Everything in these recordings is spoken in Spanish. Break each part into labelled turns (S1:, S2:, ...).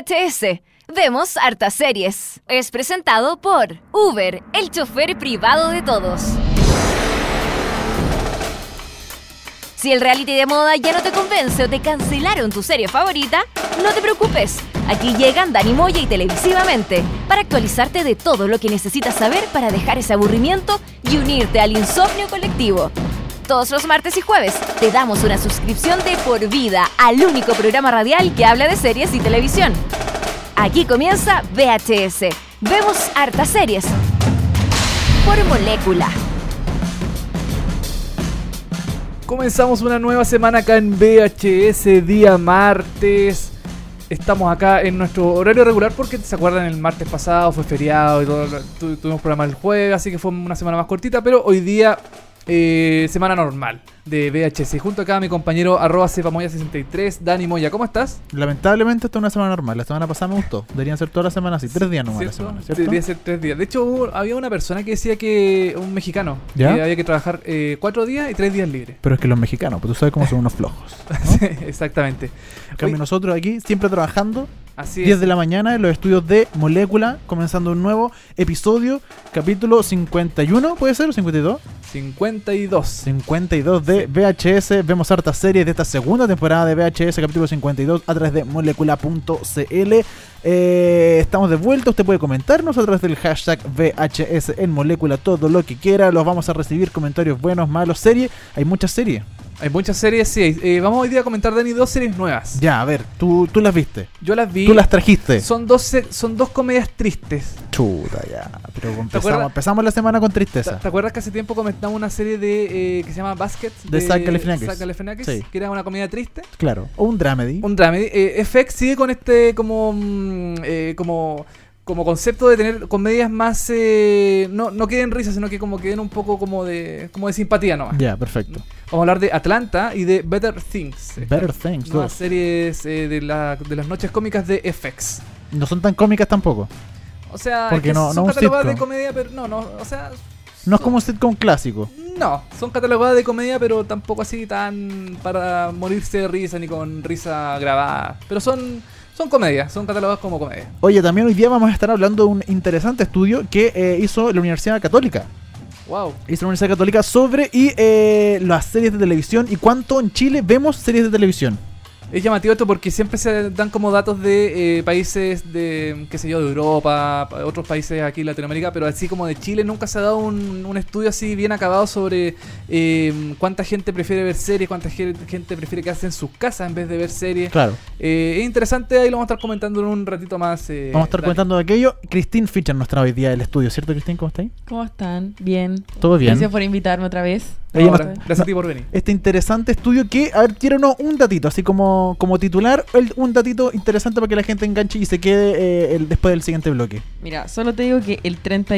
S1: VHS. Vemos hartas series. Es presentado por Uber, el chofer privado de todos. Si el reality de moda ya no te convence o te cancelaron tu serie favorita, no te preocupes. Aquí llegan Dani Moya y Televisivamente para actualizarte de todo lo que necesitas saber para dejar ese aburrimiento y unirte al insomnio colectivo. Todos los martes y jueves te damos una suscripción de por vida al único programa radial que habla de series y televisión. Aquí comienza VHS. Vemos hartas series. Por molécula.
S2: Comenzamos una nueva semana acá en VHS, día martes. Estamos acá en nuestro horario regular porque se acuerdan el martes pasado fue feriado y todo, tu- tuvimos programa el jueves, así que fue una semana más cortita, pero hoy día eh, semana normal de VHS. Y Junto acá a mi compañero arroba cepamoya63, Dani Moya, ¿cómo estás?
S3: Lamentablemente esto es una semana normal. La semana pasada me gustó. Deberían ser todas las semanas así. Tres días nomás la semana, ¿cierto?
S2: Debería ser tres días. De hecho, hubo- había una persona que decía que un mexicano
S3: ¿Ya?
S2: que había que trabajar eh, cuatro días y tres días libres.
S3: Pero es que los mexicanos, pues tú sabes cómo son unos flojos. ¿no?
S2: Exactamente.
S3: En cambio, nosotros aquí siempre trabajando,
S2: Así
S3: 10
S2: es.
S3: de la mañana en los estudios de Molécula, comenzando un nuevo episodio, capítulo 51, ¿puede ser? ¿O 52?
S2: 52.
S3: 52 de VHS. Vemos hartas series de esta segunda temporada de VHS, capítulo 52, a través de molecula.cl. Eh, estamos de vuelta. Usted puede comentarnos a través del hashtag VHS en molécula, todo lo que quiera. Los vamos a recibir comentarios buenos, malos, series. Hay muchas series.
S2: Hay muchas series, sí. Eh, vamos hoy día a comentar, Dani, dos series nuevas.
S3: Ya, a ver, tú, tú las viste.
S2: Yo las vi.
S3: Tú las trajiste.
S2: son, dos se- son dos comedias tristes.
S3: Chuta, ya. Pero empezamos,
S2: acuerdas?
S3: empezamos la semana con
S2: ¿Te,
S3: tristeza.
S2: te acuerdas que hace tiempo comentamos una serie de eh, que se llama Basket?
S3: De Zach Galifianakis.
S2: Zach Galifianakis,
S3: Sí.
S2: Que era una comedia triste.
S3: Claro. O un dramedy.
S2: Un dramedy. Eh, FX sigue con este como, mm, eh, como como concepto de tener comedias más... eh, no, no que den risa, sino que como que den un poco como de, como de simpatía nomás.
S3: Ya, perfecto.
S2: Vamos a hablar de Atlanta y de Better Things. Esta
S3: Better Things.
S2: nueva
S3: dos.
S2: series eh, de, la- de las noches cómicas de FX.
S3: No son tan cómicas tampoco.
S2: O sea,
S3: Porque
S2: es que
S3: no- no
S2: son
S3: un
S2: catalogadas de
S3: sitcom.
S2: comedia, pero no, no, o sea...
S3: No es
S2: son-
S3: como un sitcom clásico.
S2: No, son catalogadas de comedia, pero tampoco así tan para morirse de risa ni con risa grabada. Pero son son comedias, son catalogadas como comedia.
S3: Oye, también hoy día vamos a estar hablando de un interesante estudio que eh, hizo la Universidad Católica.
S2: Wow.
S3: Hizo la Universidad Católica sobre y eh, las series de televisión y cuánto en Chile vemos series de televisión.
S2: Es llamativo esto porque siempre se dan como datos de eh, países de, qué sé yo, de Europa, pa- otros países aquí en Latinoamérica, pero así como de Chile nunca se ha dado un, un estudio así bien acabado sobre eh, cuánta gente prefiere ver series, cuánta gen- gente prefiere quedarse en sus casas en vez de ver series.
S3: Claro.
S2: Eh, es interesante, ahí lo vamos a estar comentando en un ratito más. eh,
S3: Vamos a estar
S2: Dani.
S3: comentando de aquello. Christine Fischer nos trae hoy día del estudio, ¿cierto, Christine? ¿Cómo está ahí?
S4: ¿Cómo están? Bien.
S3: Todo bien.
S4: Gracias por invitarme otra vez.
S3: Ella
S2: Ahora,
S3: nos-
S2: gracias a ti por venir.
S3: Este interesante estudio que, a ver, tíranos un datito, así como, como titular, el- un datito interesante para que la gente enganche y se quede eh, el- después del siguiente bloque.
S4: Mira, solo te digo que el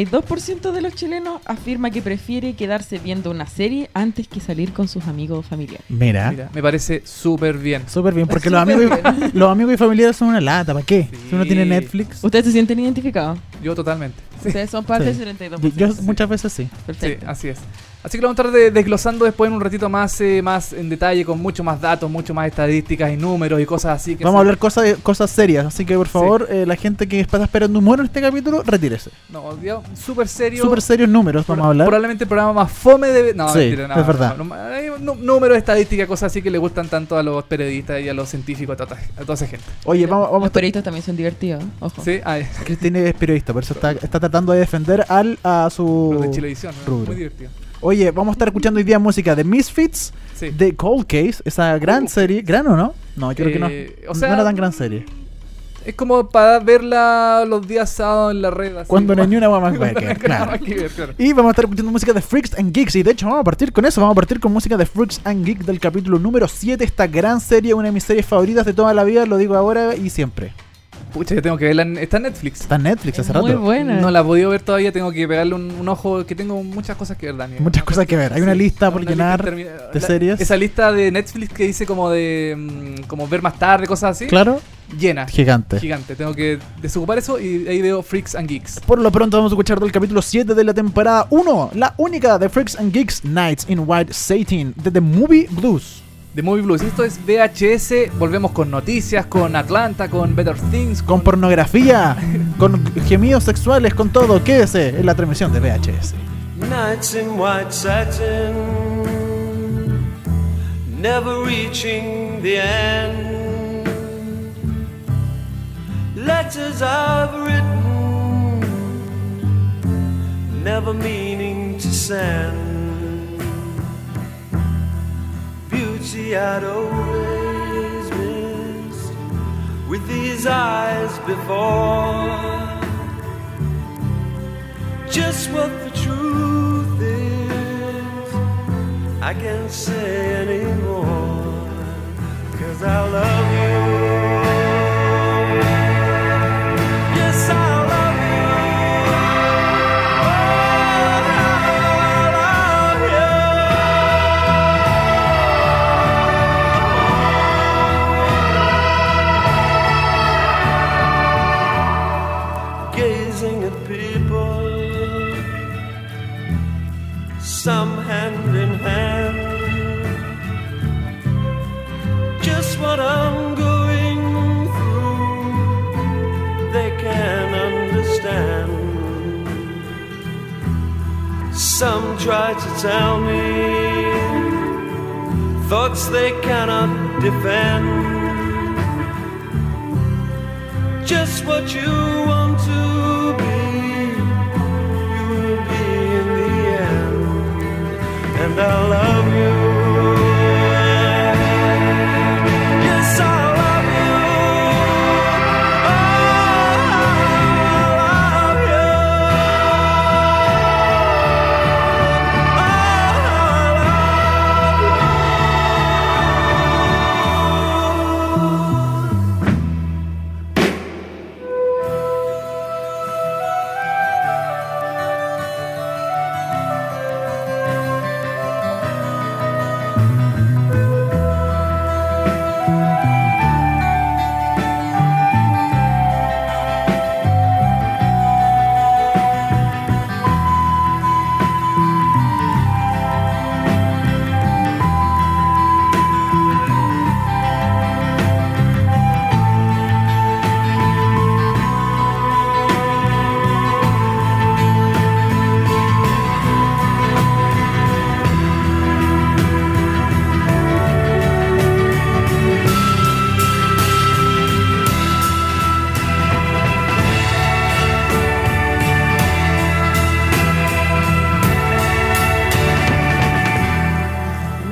S4: 32% de los chilenos afirma que prefiere quedarse viendo una serie antes que salir con sus amigos o familiares.
S3: Mira.
S2: Mira, me parece súper bien.
S3: Súper bien, porque los
S4: Súper
S3: amigos, y, los amigos y familiares son una lata, ¿para qué? Si uno
S2: Sí.
S3: tiene Netflix.
S4: ¿Ustedes se sienten identificados?
S2: Yo totalmente. Sí,
S4: Ustedes son parte
S3: Sí.
S4: del 32%.
S3: Yo, yo muchas veces sí.
S2: sí,
S4: Perfecto.
S2: así es. Así que lo vamos a estar de- desglosando después en un ratito más, eh, más en detalle, con mucho más datos, mucho más estadísticas y números y cosas así. Que
S3: Vamos a
S2: son-
S3: hablar cosas, de- cosas serias, así que por favor, eh, la gente que está esperando humor en este capítulo, retírese.
S2: No, yo- súper serio.
S3: Súper serios números
S2: Pro-
S3: vamos a hablar.
S2: Probablemente el programa más fome de... No,
S3: Sí,
S2: mentira, no,
S3: es verdad.
S2: no, no, hay un nú- números, estadísticas, cosas así que le gustan tanto a los periodistas y a los científicos, a toda, a toda esa gente.
S3: Oye, vamos, vamos
S4: Los
S3: a estar-
S4: periodistas también son divertidos,
S3: Oh.
S4: ojo.
S2: Sí, ay,
S3: Cristina es periodista, por eso está, está tratando de defender al, a
S2: los de
S3: su...
S2: Chilevisión, ¿no?
S3: rubro.
S2: muy divertido.
S3: Oye, vamos a estar escuchando hoy día música de Misfits,
S2: Sí.
S3: de Cold Case, esa gran
S2: Cold
S3: serie. ¿Gran o no? No, yo creo
S2: Eh,
S3: que
S2: o
S3: no.
S2: sea,
S3: no era tan gran serie.
S2: Es como para verla los días sábados en la red. Así,
S3: Cuando no hay
S2: más-
S3: ni una mamá
S2: cuando no hay
S3: hueca,
S2: nada
S3: claro.
S2: más que ver, claro.
S3: Y vamos a estar escuchando música de Freaks and Geeks. Y de hecho, vamos a partir con eso. Vamos a partir con música de Freaks and Geeks del capítulo número 7. Esta gran serie, una de mis series favoritas de toda la vida. Lo digo ahora y siempre.
S2: Pucha, yo tengo que verla. En, está en Netflix.
S3: Está en Netflix
S4: Es
S3: hace
S4: muy
S3: rato.
S4: buena.
S2: No la he podido ver todavía. Tengo que pegarle un, un ojo. Que tengo muchas cosas que ver, Daniel.
S3: Muchas cosas que ver. Hay una lista por llenar de series.
S2: Esa lista de Netflix que dice como de. mm, como ver más tarde, cosas así.
S3: Claro,
S2: Llena.
S3: gigante.
S2: Gigante. Tengo que desocupar eso y ahí veo Freaks and Geeks.
S3: Por lo pronto vamos a escuchar del capítulo 7 de la temporada 1, la única de Freaks and Geeks Nights in White Satin, de The Movie Blues.
S2: de Movie Blues. Esto es VHS. Volvemos con noticias, con Atlanta, con Better Things,
S3: Con pornografía, con gemidos sexuales, con todo. Quédese en la transmisión de VHS.
S5: Nights in white satin, never reaching the end. Letters I've written, never meaning to send. Beauty I'd always missed with these eyes before just what the truth is. I can't say anymore, cause I love you. Yes, I love you. Oh, I love you. gazing at people, some hand in hand. Just what I'm going through, they can understand. Some try to tell me thoughts they cannot defend just what you want to be. You will be in the end, and I love you. Yes, I love you. Oh, Oh, I love you. Oh, I love you.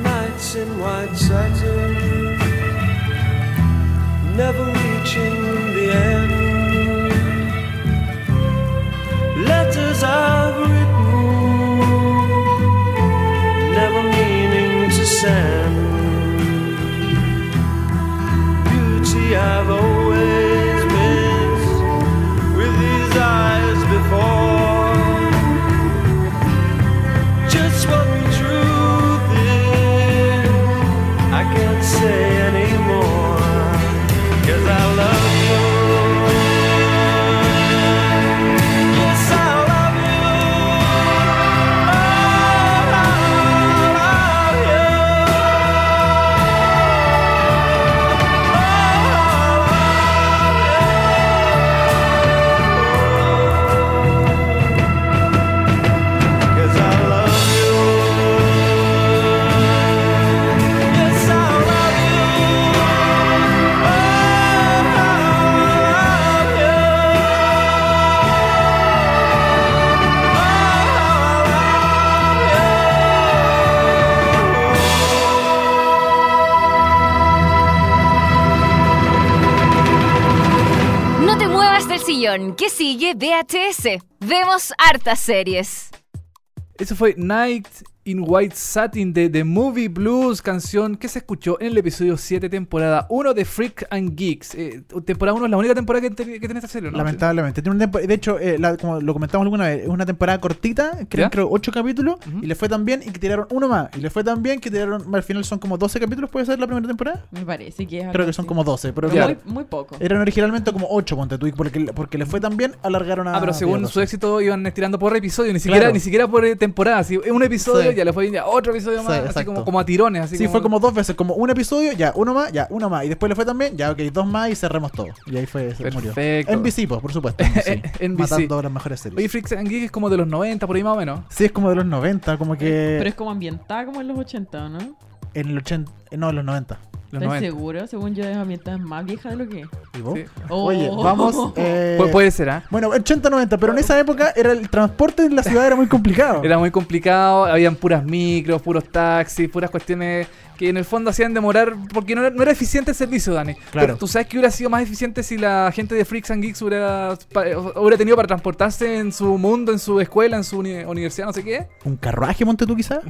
S5: nights in white satin, never reaching the end. Letters I've written, never meaning to send. Beauty I've always missed with these eyes before just what the truth is. I can't say anymore, cause I love you. Yes, I love you. Oh, I love you. Oh, Cause I love you. Yes, I love you. Oh, I love you. Oh,
S1: No te muevas del sillón, que sigue VHS. Vemos hartas series.
S2: Eso fue Night in White Satin de The Movie Blues, canción que se escuchó en el episodio 7, temporada 1 de Freak and Geeks. Eh, temporada 1 es la única temporada que, ten- que tiene esta serie, ¿no?
S3: Lamentablemente. Tiene un tempo- de hecho, eh, la- como lo comentamos alguna vez, es una temporada cortita, que
S2: ¿Ya?
S3: eran creo 8 capítulos,
S2: Ujú.
S3: y le fue tan bien y que tiraron uno más. Y le fue tan bien que tiraron, al final son como 12 capítulos, ¿puede ser la primera temporada?
S4: Me parece que es algo
S3: Creo que
S4: así.
S3: son como 12, pero
S2: Ya.
S4: Pero muy, muy poco.
S3: eran originalmente como 8, ponte tú, y porque, porque le fue tan bien, alargaron a...
S2: Ah, pero según
S3: 12.
S2: su éxito iban estirando por episodio, ni siquiera, ni siquiera por eh, temporada. así, un episodio ya le fue bien, ya otro episodio
S3: Sí,
S2: más, así
S3: exacto.
S2: como, como a tirones. Así
S3: Sí, fue como dos veces, como un episodio, ya, uno más, ya, uno más. Y después le fue también, ya, ok, dos más y cerremos todo. Y ahí fue, se murió.
S2: Perfecto.
S3: NBC, pues, por supuesto. NBC,
S2: NBC.
S3: Matando las mejores series.
S2: Oye, Freaks and Geeks es como de los 90, por ahí más o menos.
S3: Sí, es como de los 90, como que.
S4: Pero es como ambientada como en los 80, ¿o ¿no?
S3: En el 80. No, en los 90.
S2: Los
S4: ¿Estás
S2: 90.
S4: seguro? Según yo es ambientada más vieja de lo que es.
S3: ¿Y vos?
S2: Sí.
S3: Oye,
S4: Oh.
S3: vamos. eh,
S2: Pu- puede ser, ¿ah?
S3: Bueno, 80-90, pero en esa época era el transporte en la ciudad era muy complicado.
S2: Era muy complicado, habían puras micros, puros taxis, puras cuestiones que en el fondo hacían demorar, porque no era, no era eficiente el servicio, Dani. Pero tú sabes que hubiera sido más eficiente si la gente de Freaks and Geeks hubiera, pa- hubiera tenido para transportarse en su mundo, en su escuela, en su uni- universidad, no sé qué.
S3: ¿Un carruaje, monte tú, quizás?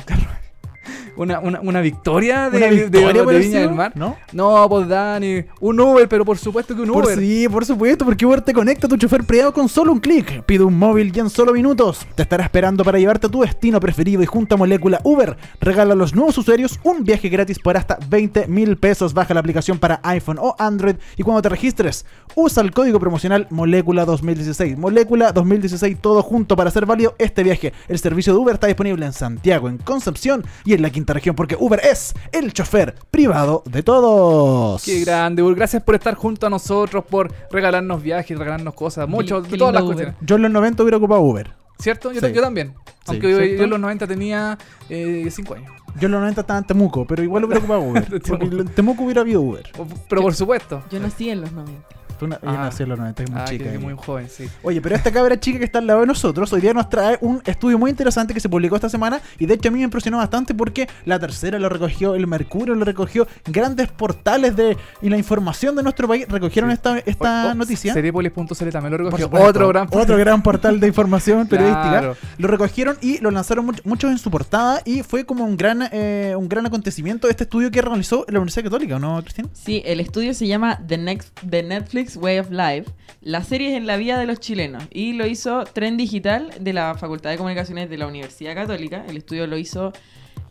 S2: Una, una, una victoria de,
S3: ¿Una
S2: de-
S3: victoria,
S2: de- de
S3: por
S2: Viña
S3: decirlo?
S2: del Mar.
S3: ¿No?
S2: No, pues Dani, un Uber, pero por supuesto que un
S3: Por
S2: Uber.
S3: sí, por supuesto, porque Uber te conecta a tu chofer privado con solo un clic. Pide un móvil y en solo minutos. Te estará esperando para llevarte a tu destino preferido y junto a Molécula Uber. Regala a los nuevos usuarios un viaje gratis por hasta 20 mil pesos. Baja la aplicación para iPhone o Android y cuando te registres, usa el código promocional Molécula 2016. Molécula 2016, todo junto para hacer válido este viaje. El servicio de Uber está disponible en Santiago, en Concepción y en la quinta región, porque Uber es el chofer privado de todos.
S2: Qué grande, Uber. Gracias por estar junto a nosotros, por regalarnos viajes, regalarnos cosas, mucho,
S4: qué
S2: todas
S4: lindo
S2: las
S4: Uber.
S2: cuestiones.
S3: Yo en los 90 hubiera ocupado Uber.
S2: ¿Cierto? Yo,
S3: Sí.
S2: yo también. Aunque yo- yo,
S3: ¿cierto?
S2: en los 90 tenía 5 años.
S3: Yo en los 90 estaba en Temuco, pero igual hubiera ocupado Uber. porque en Temuco hubiera habido Uber.
S2: O- Pero por supuesto.
S4: Yo nací en los 90.
S3: Tú na-
S2: Ah.
S3: ella nació en los 90, es muy
S2: Ah, que-
S3: chica.
S2: que
S3: ella.
S2: muy joven, sí.
S3: Oye, pero esta cabra chica que está al lado de nosotros hoy día nos trae un estudio muy interesante que se publicó esta semana y de hecho a mí me impresionó bastante porque la tercera lo recogió, el Mercurio lo recogió, grandes portales de y la información de nuestro país recogieron esta, esta
S2: O- o-
S3: noticia.
S2: Seriepolis.cl también lo
S3: Por
S2: recogió.
S3: supuesto,
S2: Otro gran.
S3: otro gran portal de información periodística.
S2: Claro.
S3: Lo recogieron y lo lanzaron much- muchos en su portada y fue como un gran eh, un gran acontecimiento este estudio que realizó la Universidad Católica, ¿o ¿no, Cristian?
S4: Sí, el estudio se llama The, Next, The Netflix Way of Life, las series en la vida de los chilenos. Y lo hizo Tren Digital de la Facultad de Comunicaciones de la Universidad Católica. El estudio lo hizo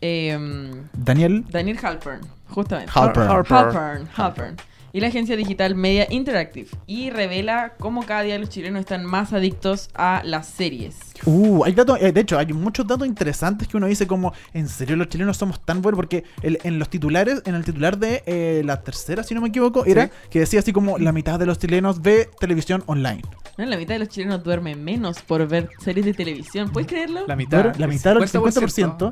S4: em,
S3: Daniel
S4: Daniel Halpern, justamente.
S3: Halpern.
S4: Halpern, Halpern. Y la agencia digital Media Interactive. Y revela cómo cada día los chilenos están más adictos a las series.
S3: Uh, hay datos, eh, de hecho, hay muchos datos interesantes que uno dice como, ¿en serio los chilenos somos tan buenos? Porque el- en los titulares, en el titular de eh, la tercera, si no me equivoco, era
S2: Sí.
S3: que decía así como, la mitad de los chilenos ve televisión online.
S4: ¿No? La mitad de los chilenos duermen menos por ver series de televisión. ¿Puedes creerlo?
S2: La mitad.
S3: Bueno, la mitad, del 50%,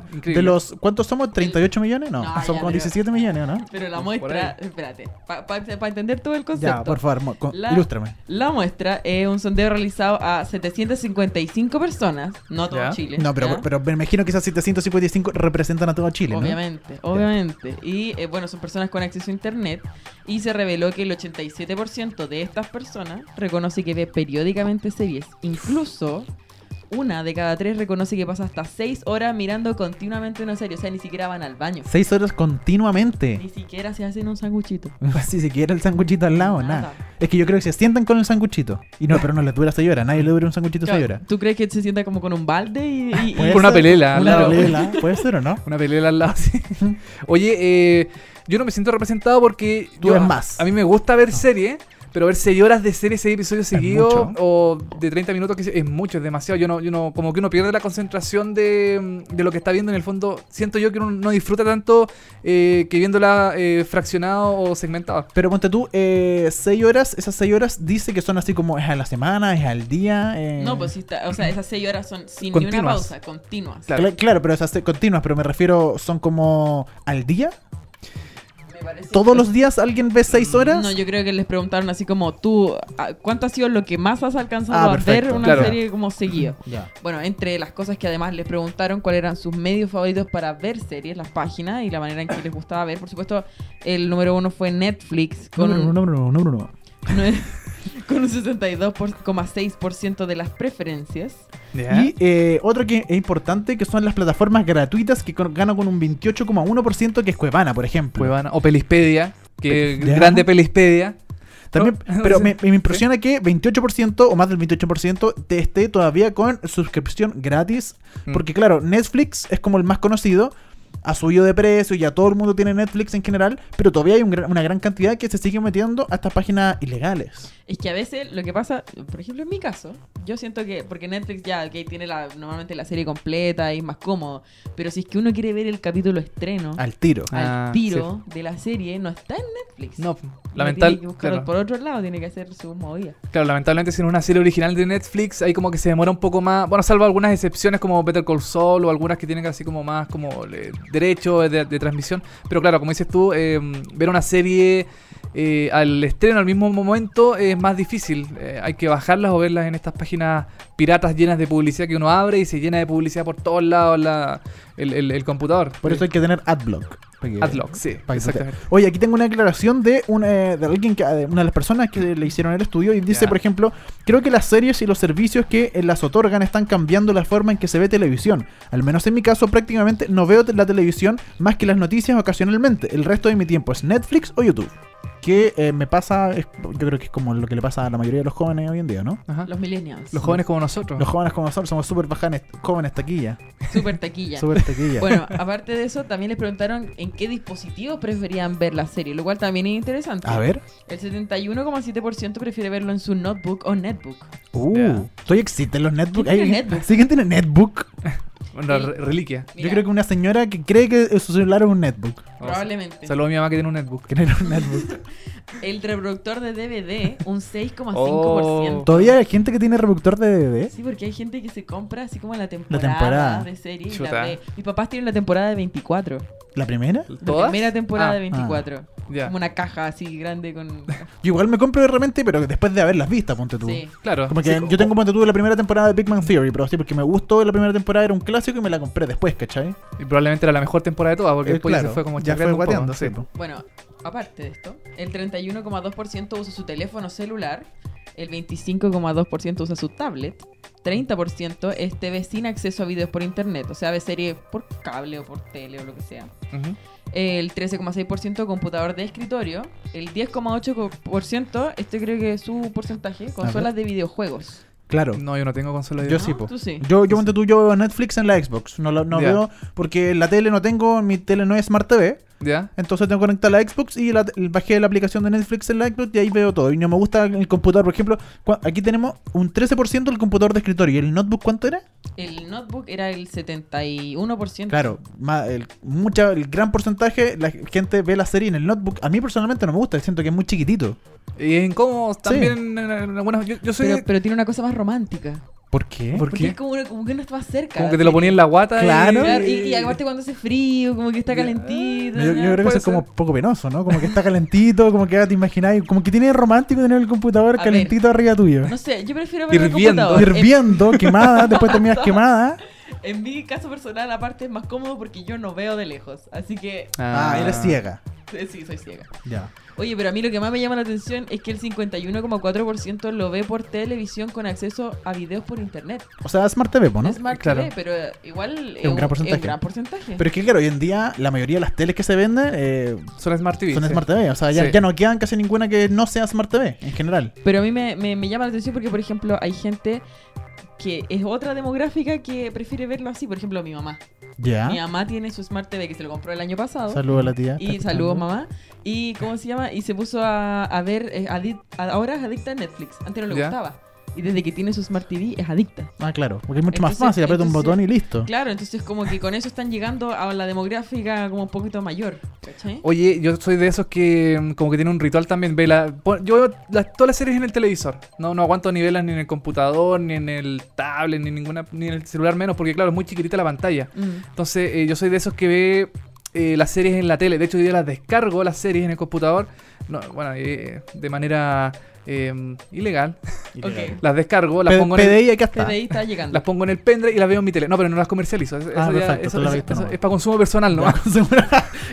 S2: 50%,
S3: de
S2: increíble.
S3: los, ¿cuántos somos? ¿38 millones? No,
S4: No,
S3: son
S4: ya,
S3: como
S4: pero-
S3: 17 millones, ¿o ¿no?
S4: Pero la
S2: Por
S4: muestra, espérate, para entender todo el concepto.
S3: Ya, por favor, mo- con-
S4: La-
S3: ilústrame.
S4: La muestra es un sondeo realizado a 755 personas, no todo
S2: Ya.
S4: Chile.
S3: No, pero,
S4: ¿ya?
S3: pero me imagino que esas 755 representan a todo Chile, ¿no?
S4: Obviamente, obviamente. Y eh, bueno, son personas con acceso a internet. Y se reveló que el 87% de estas personas reconoce que ve periódicamente series. Incluso una de cada tres reconoce que pasa hasta 6 horas mirando continuamente una serie. O sea, ni siquiera van al baño.
S3: Seis horas
S4: Ni
S3: continuamente.
S4: siquiera se hacen un sanguchito.
S3: Si siquiera el sanguchito al lado, nada.
S4: Nada.
S3: Es que yo creo que se sientan con el sanguchito. Y no, pero no les dura 6 horas. Nadie le dura un sanguchito 6 horas.
S4: ¿Tú crees que se sienta como con un balde y, y- y-
S3: Puede
S2: Con una
S3: ser.
S2: pelela al
S3: Una
S2: lado.
S3: pelela, Puede ser o no.
S2: Una pelea al lado, sí. Oye, eh, yo no me siento representado porque.
S3: Tú
S2: yo-
S3: ves más.
S2: A mí me gusta ver series. Pero ver 6 horas de serie, 6 episodios seguidos
S3: mucho.
S2: o de 30 minutos que se- es mucho, es demasiado. Yo no, yo no, como que uno pierde la concentración de, mm, de lo que está viendo en el fondo. Siento yo que uno no disfruta tanto eh, que viéndola eh, fraccionado o segmentado.
S3: Pero ponte tú, 6 horas, esas 6 horas dice que son así como es a la semana, es al día. eh.
S4: No, pues sí está, o sea, esas seis horas son sin ni una
S2: Continuas.
S4: pausa, continuas.
S2: Claro.
S3: Cla- Claro, pero esas se- continuas, pero me refiero, son como al día.
S4: Me parece
S3: ¿Todos los días alguien ve 6 horas?
S4: No, yo creo que les preguntaron así como tú, ah, ¿cuánto ha sido lo que más has alcanzado
S3: Ah,
S4: a
S3: perfecto.
S4: ver una
S2: Claro.
S4: serie como seguido?
S3: Ya.
S4: Bueno, entre las cosas que además les preguntaron cuáles eran sus medios favoritos para ver series, las páginas y la manera en que les gustaba ver. Por supuesto, el número uno fue Netflix
S3: No,
S4: con
S3: no, no,
S4: un-
S3: no, no, no, no, no.
S4: con un 62,6% de las preferencias.
S3: Y eh, otro que es importante que son las plataformas gratuitas que con- ganan con un 28,1% que es Cuevana, por ejemplo.
S2: Cuevana o Pelispedia, que
S3: Pe- ¿Ya?
S2: grande Pelispedia.
S3: También,
S2: No,
S3: pero
S2: sí.
S3: me, me impresiona que 28% o más del 28% te esté todavía con suscripción gratis.
S2: Mm.
S3: Porque claro, Netflix es como el más conocido. Ha subido de precio, ya todo el mundo tiene Netflix en general, pero todavía hay un gran- una gran cantidad que se sigue metiendo a estas páginas ilegales.
S4: Es que a veces lo que pasa, por ejemplo en mi caso, Yo siento que, porque Netflix ya ok, tiene la, normalmente la serie completa y es más cómodo, pero si es que uno quiere ver el capítulo estreno al,
S3: Al tiro.
S2: Ah,
S4: tiro de la serie, no está en Netflix.
S2: No,
S4: Uno
S2: lamental,
S4: Tiene que buscarlo
S2: claro,
S4: por otro lado, tiene que hacer su movida.
S2: Claro, lamentablemente si no es una serie original de Netflix, ahí como que se demora un poco más. Bueno, salvo algunas excepciones como Better Call Saul o algunas que tienen así como más como eh, derecho de, de transmisión. Pero claro, como dices tú, eh, ver una serie eh, al estreno al mismo momento es más difícil. Eh, hay que bajarlas o verlas en estas páginas piratas llenas de publicidad que uno abre y se llena de publicidad por todos lados la- el, el- el computador.
S3: Por eso hay que tener adblock. Para que-
S2: Adlock, sí,
S3: para que se te-
S2: exactamente.
S3: Oye, aquí tengo una declaración de, una, eh, de alguien que, de una de las personas que le hicieron el estudio y dice,
S2: Ya.
S3: por ejemplo, creo que las series y los servicios que eh, las otorgan están cambiando la forma en que se ve televisión. Al menos en mi caso, prácticamente no veo la televisión más que las noticias ocasionalmente. El resto de mi tiempo es Netflix o YouTube. Que eh, me pasa, es- yo creo que es como lo que le pasa a la mayoría de los jóvenes hoy en día, ¿no?
S2: Ajá.
S4: Los millennials.
S2: Ah. Los jóvenes como nosotros.
S3: Los jóvenes como nosotros somos súper bajanes, jóvenes taquilla.
S4: Super taquilla.
S3: Súper taquilla.
S4: Bueno, aparte de eso, también les preguntaron en qué dispositivo preferían ver la serie, lo cual también es interesante.
S3: A ver.
S4: El 71,7% prefiere verlo en su notebook o netbook.
S3: Uh,
S2: Ya.
S3: ¿todavía existen los netbooks?
S4: ¿Quién tiene netbook?
S3: ¿Sí que tiene netbook?
S2: Bueno, re- reliquia.
S4: Mira,
S3: Yo creo que una señora que cree que su celular es un netbook.
S4: Probablemente.
S2: Saludos a mi mamá que tiene un netbook.
S3: Que no era un netbook.
S4: El reproductor de DVD, un 6,5%.
S2: Oh.
S3: ¿Todavía hay gente que tiene reproductor de DVD?
S4: Sí, porque hay gente que se compra así como la temporada,
S3: temporada.
S4: de serie. y
S2: Chuta.
S4: La ve. Mis papás tienen la temporada de 24.
S3: ¿La primera?
S4: La
S2: ¿Todas?
S4: primera temporada
S2: Ah,
S4: de 24.
S2: Ya.
S4: Como una caja así grande con...
S3: Yo igual me compro de repente, pero después de haberlas visto, ponte tú.
S4: Sí.
S2: Claro.
S3: Como que yo tengo, ponte tú, la primera temporada de Big Man Theory, pero sí, porque me gustó la primera temporada, era un clásico y me la compré después, ¿cachai?
S2: Y probablemente era la mejor temporada de todas, porque
S3: Eh,
S2: después ya
S3: claro,
S2: se fue como
S3: ya fue
S2: chacreando un poco,
S3: guateando, sí. po.
S4: Bueno, aparte de esto, el 31,2% usa su teléfono celular, el 25,2% usa su tablet, 30% es TV sin acceso a videos por internet, o sea, ve series por cable o por tele o lo que sea.
S2: Ujú.
S4: El 13,6% computador de escritorio, el 10,8%, este creo que es su porcentaje, consolas de videojuegos.
S3: Claro.
S2: No, Ah, yo no tengo consola de
S3: Yo
S2: videojuegos.
S3: sí,
S4: ¿No?
S3: po.
S4: Tú sí.
S3: Yo, yo ponte tú, yo veo Netflix en la Xbox. No, la- no
S2: Ya.
S3: veo, porque la tele no tengo, mi tele no es Smart TV.
S2: ¿Ya?
S3: Entonces tengo conectada la Xbox y la, bajé la aplicación de Netflix en la Xbox y ahí veo todo. Y no me gusta el computador. Por ejemplo, cua- aquí tenemos un 13% del computador de escritorio. ¿Y el notebook cuánto era?
S4: El notebook era el 71%.
S3: Claro, ma- el, mucha, el gran porcentaje la gente ve la serie en el notebook. A mí personalmente no me gusta, siento que es muy chiquitito.
S2: Y en cómo también en, en algunas... Yo, yo soy...
S4: Pero, pero tiene una cosa más romántica.
S3: ¿Por qué?
S2: ¿Por
S4: Porque
S2: qué?
S4: es como, como que no está más cerca.
S2: Como que te lo
S4: así
S2: ponía en la guata y-
S3: Claro.
S4: Claro, y, y aparte cuando hace frío, como que está
S2: Ya.
S4: calentito.
S3: Yo, yo
S4: ¿no?
S3: creo que eso
S2: puede
S3: es como
S2: ser.
S3: un poco penoso, ¿no? Como que está calentito, como que ah, te imagináis, como que tiene romántico tener el computador
S4: A ver.
S3: calentito arriba tuyo.
S4: No sé, yo prefiero verlo en el
S2: Hirviendo.
S4: computador. En-
S3: Hirviendo, quemada, después terminas quemada.
S4: En, mi caso personal, aparte, es más cómodo porque yo no veo de lejos. Así que,
S3: Ah, eres ciega.
S4: eh, sí, soy ciega.
S3: Ya.
S4: Oye, pero a mí lo que más me llama la atención es que el 51,4% lo ve por televisión con acceso a videos por internet.
S3: O sea, Smart TV, po, ¿no?
S4: Es Smart
S2: Claro.
S4: TV, pero eh, igual
S3: un gran porcentaje.
S4: gran porcentaje.
S3: Pero es que claro, hoy en día la mayoría de las teles que se venden eh,
S2: Son Smart TV.
S3: son
S2: sí.
S3: Smart TV. O sea, ya,
S2: Sí.
S3: ya no quedan casi ninguna que no sea Smart TV en general.
S4: Pero a mí me, me- me llama la atención porque, por ejemplo, hay gente que es otra demográfica que prefiere verlo así. Por ejemplo, mi mamá. Mi
S3: Ya.
S4: mamá tiene su Smart TV que se lo compró el año pasado.
S3: Saludos a la tía.
S4: y
S3: ¿Ah? Está
S4: saludos,
S3: escuchando.
S4: mamá. Y ¿cómo se llama? Y se puso a, a ver. eh, adic- a- ahora es adicta a Netflix. Antes no le
S2: Ya.
S4: gustaba. Y desde que tiene su Smart TV es adicta.
S3: Ah, claro. Porque es mucho más
S4: Entonces-
S3: fácil. Aprieta un
S4: entonces-
S3: botón y listo.
S4: Claro, entonces como que con eso están llegando a la demográfica como un poquito mayor. ¿Cachai?
S2: Oye, yo soy de esos que mm, como que tiene un ritual también. Ve la- pon- yo veo las- todas las series en el televisor. No, no aguanto nivelas ni en el computador, ni en el tablet, ni, ninguna, ni en el celular menos, porque claro, es muy chiquitita la pantalla.
S4: Mm.
S2: Entonces, eh, yo soy de esos que ve eh, las series en la tele. De hecho, yo las descargo las series en el computador. No, bueno, eh, de manera eh, ilegal.
S4: Ok.
S2: Las descargo, las
S3: P-
S2: pongo, en el,
S3: PDI acá está.
S4: PDI está llegando.
S2: las pongo en el pendrive y las veo en mi tele. No, pero no las comercializo. Es-
S3: Ah,
S2: eso ya-
S3: perfecto,
S2: eso-
S3: tú la
S2: eso-
S3: viste
S2: eso
S3: nomás.
S2: es para consumo personal, ¿no?
S3: Ya, consumo-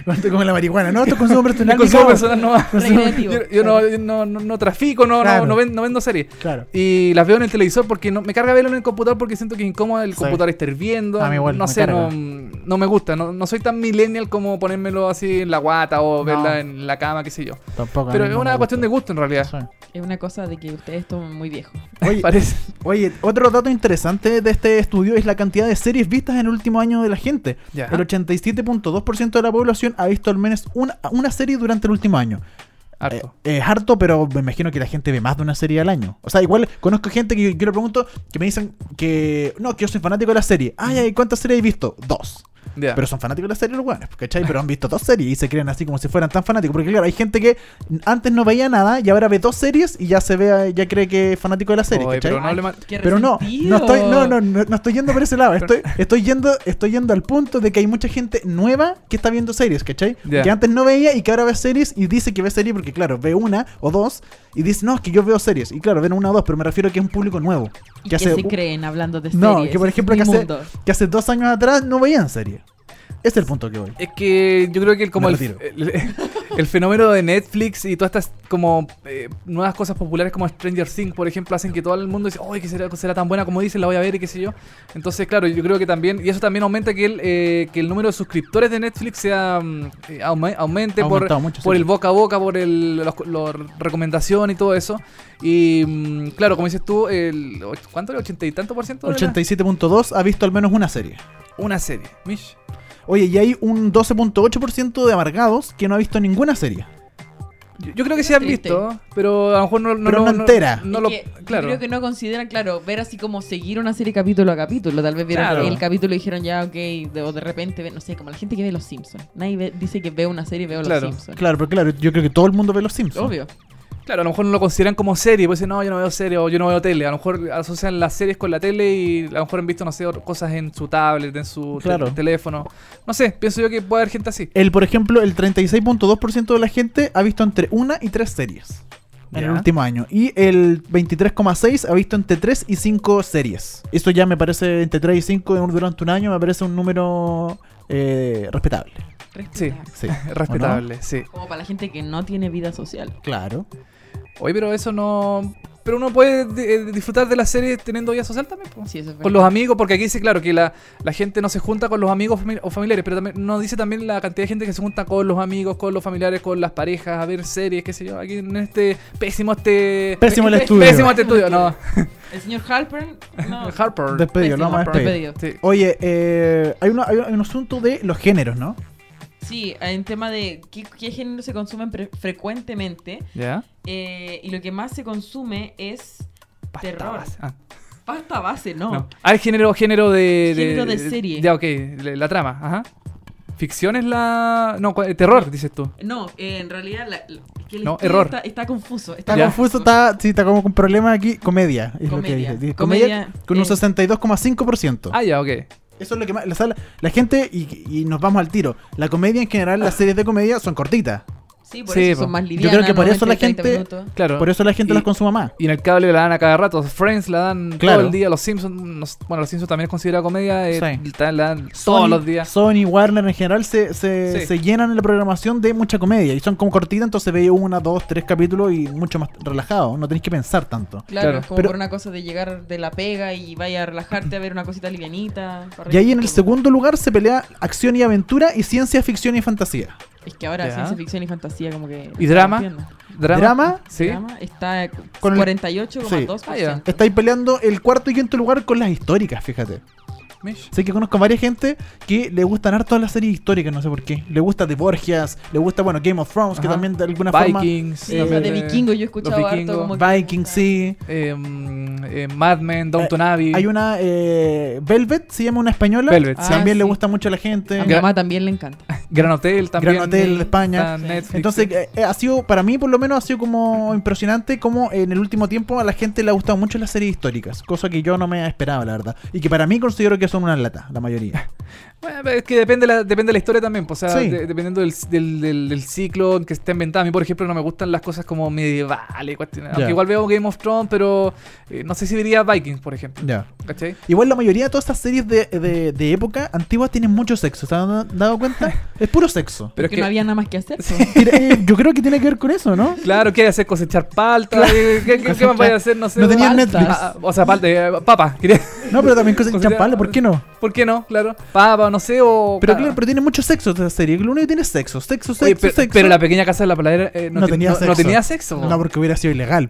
S3: Cuánto como la marihuana. No, esto es consumo personal.
S2: consumo
S3: digamos.
S2: personal no
S4: Recreativo.
S2: Yo, yo no, yo no, no- no trafico, no, no-
S3: Claro.
S2: no, ven- no vendo series.
S3: Claro.
S2: Y las veo en el televisor porque no, me carga verlo en el computador porque siento que es incómodo el
S3: Sí.
S2: computador estar hirviendo.
S3: A mí igual,
S2: no
S3: me
S2: sé,
S3: carga.
S2: no, no me gusta. No, no soy tan millennial como ponérmelo así en la guata o
S3: No.
S2: verla en la cama, qué sé yo.
S3: Tampoco. a
S2: Pero
S3: mí
S2: es
S3: no me
S2: una cuestión de gusto en realidad.
S3: gusta. Sí.
S4: Es una cosa de que ustedes toman muy viejo.
S3: Oye,
S2: Parece.
S3: Oye, otro dato interesante de este estudio es la cantidad de series vistas en el último año de la gente.
S2: Ya.
S3: El 87.2% de la población ha visto al menos una, una serie durante el último año. Eh,
S2: Harto.
S3: Es harto, pero me imagino que la gente ve más de una serie al año. O sea, igual conozco gente que yo, yo le pregunto que me dicen que no, que yo soy fanático de la serie. Ay, ay, ¿cuántas series he visto? Dos.
S2: Ya.
S3: Pero son fanáticos de la serie los weones, pues, ¿cachai? Pero han visto dos series y se creen así como si fueran tan fanáticos. Porque claro, hay gente que antes no veía nada y ahora ve dos series y ya se ve, ya cree que es fanático de la serie,
S2: Oy,
S3: ¿cachai?
S2: pero no hable mal.
S4: Qué
S3: Pero no, no
S4: resentido.
S3: estoy, no, no, no, no estoy yendo por ese lado. Estoy, estoy, yendo, estoy yendo al punto de que hay mucha gente nueva que está viendo series, ¿cachai?
S2: Ya.
S3: Que antes no veía y que ahora ve series y dice que ve series porque, claro, ve una o dos y dice, no, es que yo veo series. Y claro, ven una o dos, pero me refiero a que es un público nuevo. Que
S4: ¿Y qué
S3: hace,
S4: se creen hablando de series?
S3: no, que por ejemplo, que
S4: Mi
S3: hace,
S4: mundo.
S3: que hace dos años atrás no veían series. Ese es el punto que voy.
S2: Es que yo creo que el, como
S3: Me
S2: el,
S3: retiro.
S2: el- el fenómeno de Netflix y todas estas como eh, nuevas cosas populares como Stranger Things, por ejemplo, hacen que todo el mundo dice, ¡ay, que será, será tan buena como dicen! La voy a ver y qué sé yo. Entonces, claro, yo creo que también, y eso también aumenta que el, eh, que el número de suscriptores de Netflix sea mm, eh, aume- aumente
S3: Ha
S2: por,
S3: aumentado mucho,
S2: por
S3: sí.
S2: el boca a boca, por el, los, los recomendación y todo eso. Y mm, claro, como dices tú, el, och- ¿cuánto era? ¿80 y tanto por ciento? de la-
S3: 87.2 ha visto al menos una serie.
S2: Una serie. Mish.
S3: Oye, y hay un 12.8% de amargados que no ha visto ninguna serie.
S2: Yo, yo creo que sí han
S4: Triste.
S2: visto, pero a lo mejor no, no,
S3: Pero
S2: lo-
S3: no entera.
S2: no
S4: Es
S2: lo-
S4: que yo
S2: claro.
S4: creo que no consideran, claro, ver así como seguir una serie capítulo a capítulo. Tal vez vieron
S2: Claro.
S4: el capítulo y dijeron ya, ok, de, o de repente, ven- no sé, como la gente que ve Los Simpsons. Nadie ve- dice que ve una serie y veo
S2: Claro.
S4: Los Simpsons.
S3: Claro, pero claro, yo creo que todo el mundo ve los Simpsons.
S4: Obvio.
S2: Claro, a lo mejor no lo consideran como serie, pues dicen, no, yo no veo serie o yo no veo tele. A lo mejor asocian las series con la tele y a lo mejor han visto, no sé, otras cosas en su tablet, en su te-
S3: Claro.
S2: teléfono. No sé, pienso yo que puede haber gente así.
S3: El, por ejemplo, el 36.2% de la gente ha visto entre una y tres series en el
S2: Ya.
S3: último año. Y el 23,6% ha visto entre 3 y 5 series. Esto ya me parece, entre 3 y 5 durante un año, me parece un número eh, respetable.
S2: Sí,
S4: Respetable.
S3: Sí. ¿o no?
S2: respetable, sí.
S4: Como para la gente que no tiene vida social.
S3: Claro.
S2: Oye, pero eso no... Pero uno puede eh, disfrutar de las series teniendo vida social también, pues.
S4: Sí, eso es
S2: Con
S4: verdad.
S2: los amigos, porque aquí dice, claro, que la, la gente no se junta con los amigos fami- o familiares, pero también no dice también la cantidad de gente que se junta con los amigos, con los familiares, con las parejas, a ver series, qué sé yo. Aquí en este pésimo este...
S3: Pésimo el
S2: pe-
S3: estudio.
S2: Pésimo este estudio, no.
S4: El señor Halpern, no.
S2: Harper.
S3: Despedido, lo vamos a
S4: Pésimo,
S3: despedir.
S4: despedido.
S2: Sí.
S3: Oye, eh, hay, una- hay un- hay un asunto de los géneros, ¿no?
S4: Sí, en tema de qué, qué género se consumen pre- frecuentemente.
S2: ¿Ya?
S4: eh, y lo que más se consume es
S2: Pasta
S4: Terror.
S2: base. Ah,
S4: pasta base, no.
S2: no. Ah, el género, género de...
S4: Género de serie.
S2: Ya, ok. La, la trama, ajá. Ficción es la... No, cu- eh, terror, dices tú.
S4: No, eh, en realidad la- la- es que el
S2: No,
S4: estudio
S2: error.
S4: Está, está confuso. Está
S3: Está
S2: Ya.
S3: confuso, está, sí, está como con problemas aquí. Comedia, es lo que
S4: Comedia.
S3: dije. Dije, Comedia,
S4: Comedia,
S3: con
S4: eh.
S3: un 62,5%.
S2: Ah, ya, ok.
S3: Eso es lo que más. La, sala- la gente, y, y nos vamos al tiro. La comedia en general,
S2: Ah.
S3: las series de comedia son cortitas.
S4: Sí, por
S2: Sí,
S4: eso
S2: po.
S4: son más
S3: creo
S4: livianas.
S3: que por eso la
S4: 90, 30
S3: gente-
S4: minutos.
S2: Claro.
S3: Por eso la gente
S2: Ah. Y-
S3: las consuma más.
S2: Y en el cable la dan a cada rato. Friends la dan
S3: Claro.
S2: todo el día. Los Simpsons, no sé, bueno, los Simpsons también es considerada comedia. eh,
S3: Sí.
S2: ta- la dan todos los días.
S3: Sony, Warner en general se, se,
S2: Sí.
S3: se llenan en la programación de mucha comedia. Y son como cortitas, entonces veis una, dos, tres capítulos y mucho más relajado. No tenéis que pensar tanto.
S4: Claro,
S2: Claro.
S4: es como
S3: Pero-
S4: por una cosa de llegar de la pega y vaya a relajarte a ver una cosita livianita. para
S3: Y ahí en el
S4: reírte.
S3: segundo lugar se pelea acción y aventura y ciencia ficción y fantasía.
S4: Es que ahora
S2: Ya.
S4: ciencia ficción y fantasía como que...
S2: ¿Y drama?
S4: Entiendo.
S2: Drama.
S3: Drama,
S2: Sí.
S4: Drama está
S3: Con
S4: con
S3: el-
S4: 48,2%.
S2: Sí. Ah, ya.
S3: Estáis peleando el cuarto y quinto lugar con las históricas, fíjate.
S2: Mish.
S3: Sé que conozco a varias gente que le gustan harto las series históricas, no sé por qué. Le gusta The Borgias, le gusta, bueno, Game of Thrones, que
S2: Ajá.
S3: también de alguna
S2: Vikings.
S4: Sí,
S2: también,
S4: la de
S2: eh,
S4: Vikingo yo he escuchado
S2: Los
S4: harto
S2: Vikingos.
S4: como-
S3: forma. Vikings, sí.
S2: eh, mm, eh, Mad Men, Downton Abbey.
S3: Hay una eh, Velvet, se llama una española.
S2: Velvet,
S4: sí.
S3: También
S4: Ah,
S3: le
S4: sí.
S3: gusta mucho a la gente.
S4: A mi mamá también le encanta.
S2: Gran Hotel también.
S3: Gran Hotel de España.
S2: está en
S4: Sí.
S2: Netflix.
S3: Entonces, eh, eh, ha sido, para mí por lo menos, ha sido como impresionante como en el último tiempo a la gente le ha gustado mucho las series históricas, cosa que yo no me esperaba, la verdad. Y que para mí considero que son una lata, la mayoría.
S2: Bueno, pero es que depende la, depende de la historia también, pues, o sea,
S3: Sí.
S2: de- dependiendo del, del, del- del ciclo en que está inventada. A mí, por ejemplo, no me gustan las cosas como medievales, cuestiones. Aunque
S3: Ya.
S2: igual veo Game of Thrones, pero eh, no sé si diría Vikings, por ejemplo.
S3: Ya.
S2: ¿Cachai?
S3: Igual la mayoría de todas estas series de, de- de época antiguas tienen mucho sexo, ¿se han dado cuenta? Es puro sexo.
S2: Pero es
S4: que,
S2: que,
S4: no había nada más que hacer. po.
S3: Mira, eh, yo creo que tiene que ver con eso, ¿no?
S2: claro, ¿qué hacer? Cosechar palta. eh, ¿Qué, qué, qué más voy a hacer? No sé.
S3: No tenía
S2: palta.
S3: Netflix.
S2: Ah, ah, o sea, palta, eh, papa. quería-
S3: No, pero también cosas
S2: Considera-
S3: champales, ¿por qué no?
S2: ¿Por qué no? Claro. Papa, no sé, o.
S3: Pero
S2: claro.
S3: claro, pero tiene mucho sexo esta serie. Lo único que tiene es sexo, sexo, sexo,
S2: Oye, pero,
S3: sexo.
S2: pero la pequeña casa de la paladera eh, no,
S3: No
S2: te-
S3: tenía
S2: no- no
S3: sexo.
S2: tenía sexo.
S3: No, porque hubiera sido ilegal.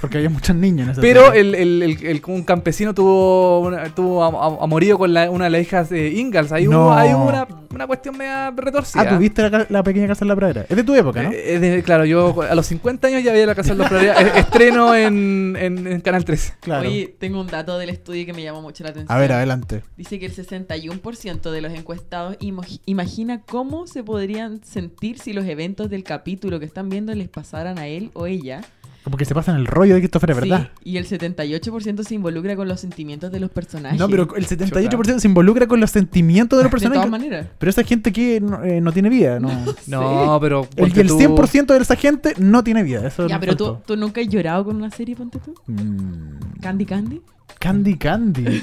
S3: Porque había muchos niños en esa
S2: Pero eh,
S3: serie.
S2: el, el- el- el- un campesino tuvo una- tuvo am- am- amorío con la- una de las hijas de Ingalls. Ahí
S3: No.
S2: hubo, ahí hubo una una cuestión media retorcida.
S3: Ah, tuviste la, ca- la pequeña casa en la pradera. Es de tu época, ¿no?
S2: Eh, eh, de- claro, yo a los 50 años ya veía la casa de los Praderas. Eh, Estreno en, en- en Canal 3.
S3: claro.
S4: Oye, tengo un dato del estudio que me llamó mucho la atención.
S3: A ver, adelante.
S4: Dice que el 61% de los encuestados imo- imagina cómo se podrían sentir si los eventos del capítulo que están viendo les pasaran a él o ella.
S3: Como que se pasan el rollo de Christopher,
S4: Sí,
S3: ¿verdad?
S4: y el 78% se involucra con los sentimientos de los personajes.
S3: No, pero el 78% se involucra con los sentimientos de los
S4: de todas
S3: personajes.
S4: maneras.
S3: pero esa gente que no, eh, no tiene vida, ¿no?
S2: No, pero.
S3: El,
S2: ponte
S3: el
S2: tú-
S3: 100% de esa gente no tiene vida. Eso
S4: Ya,
S3: me
S4: pero tú,
S3: faltó.
S4: tú nunca has llorado con una serie, ponte tú.
S3: Mm,
S4: Candy Candy.
S3: Candy Candy.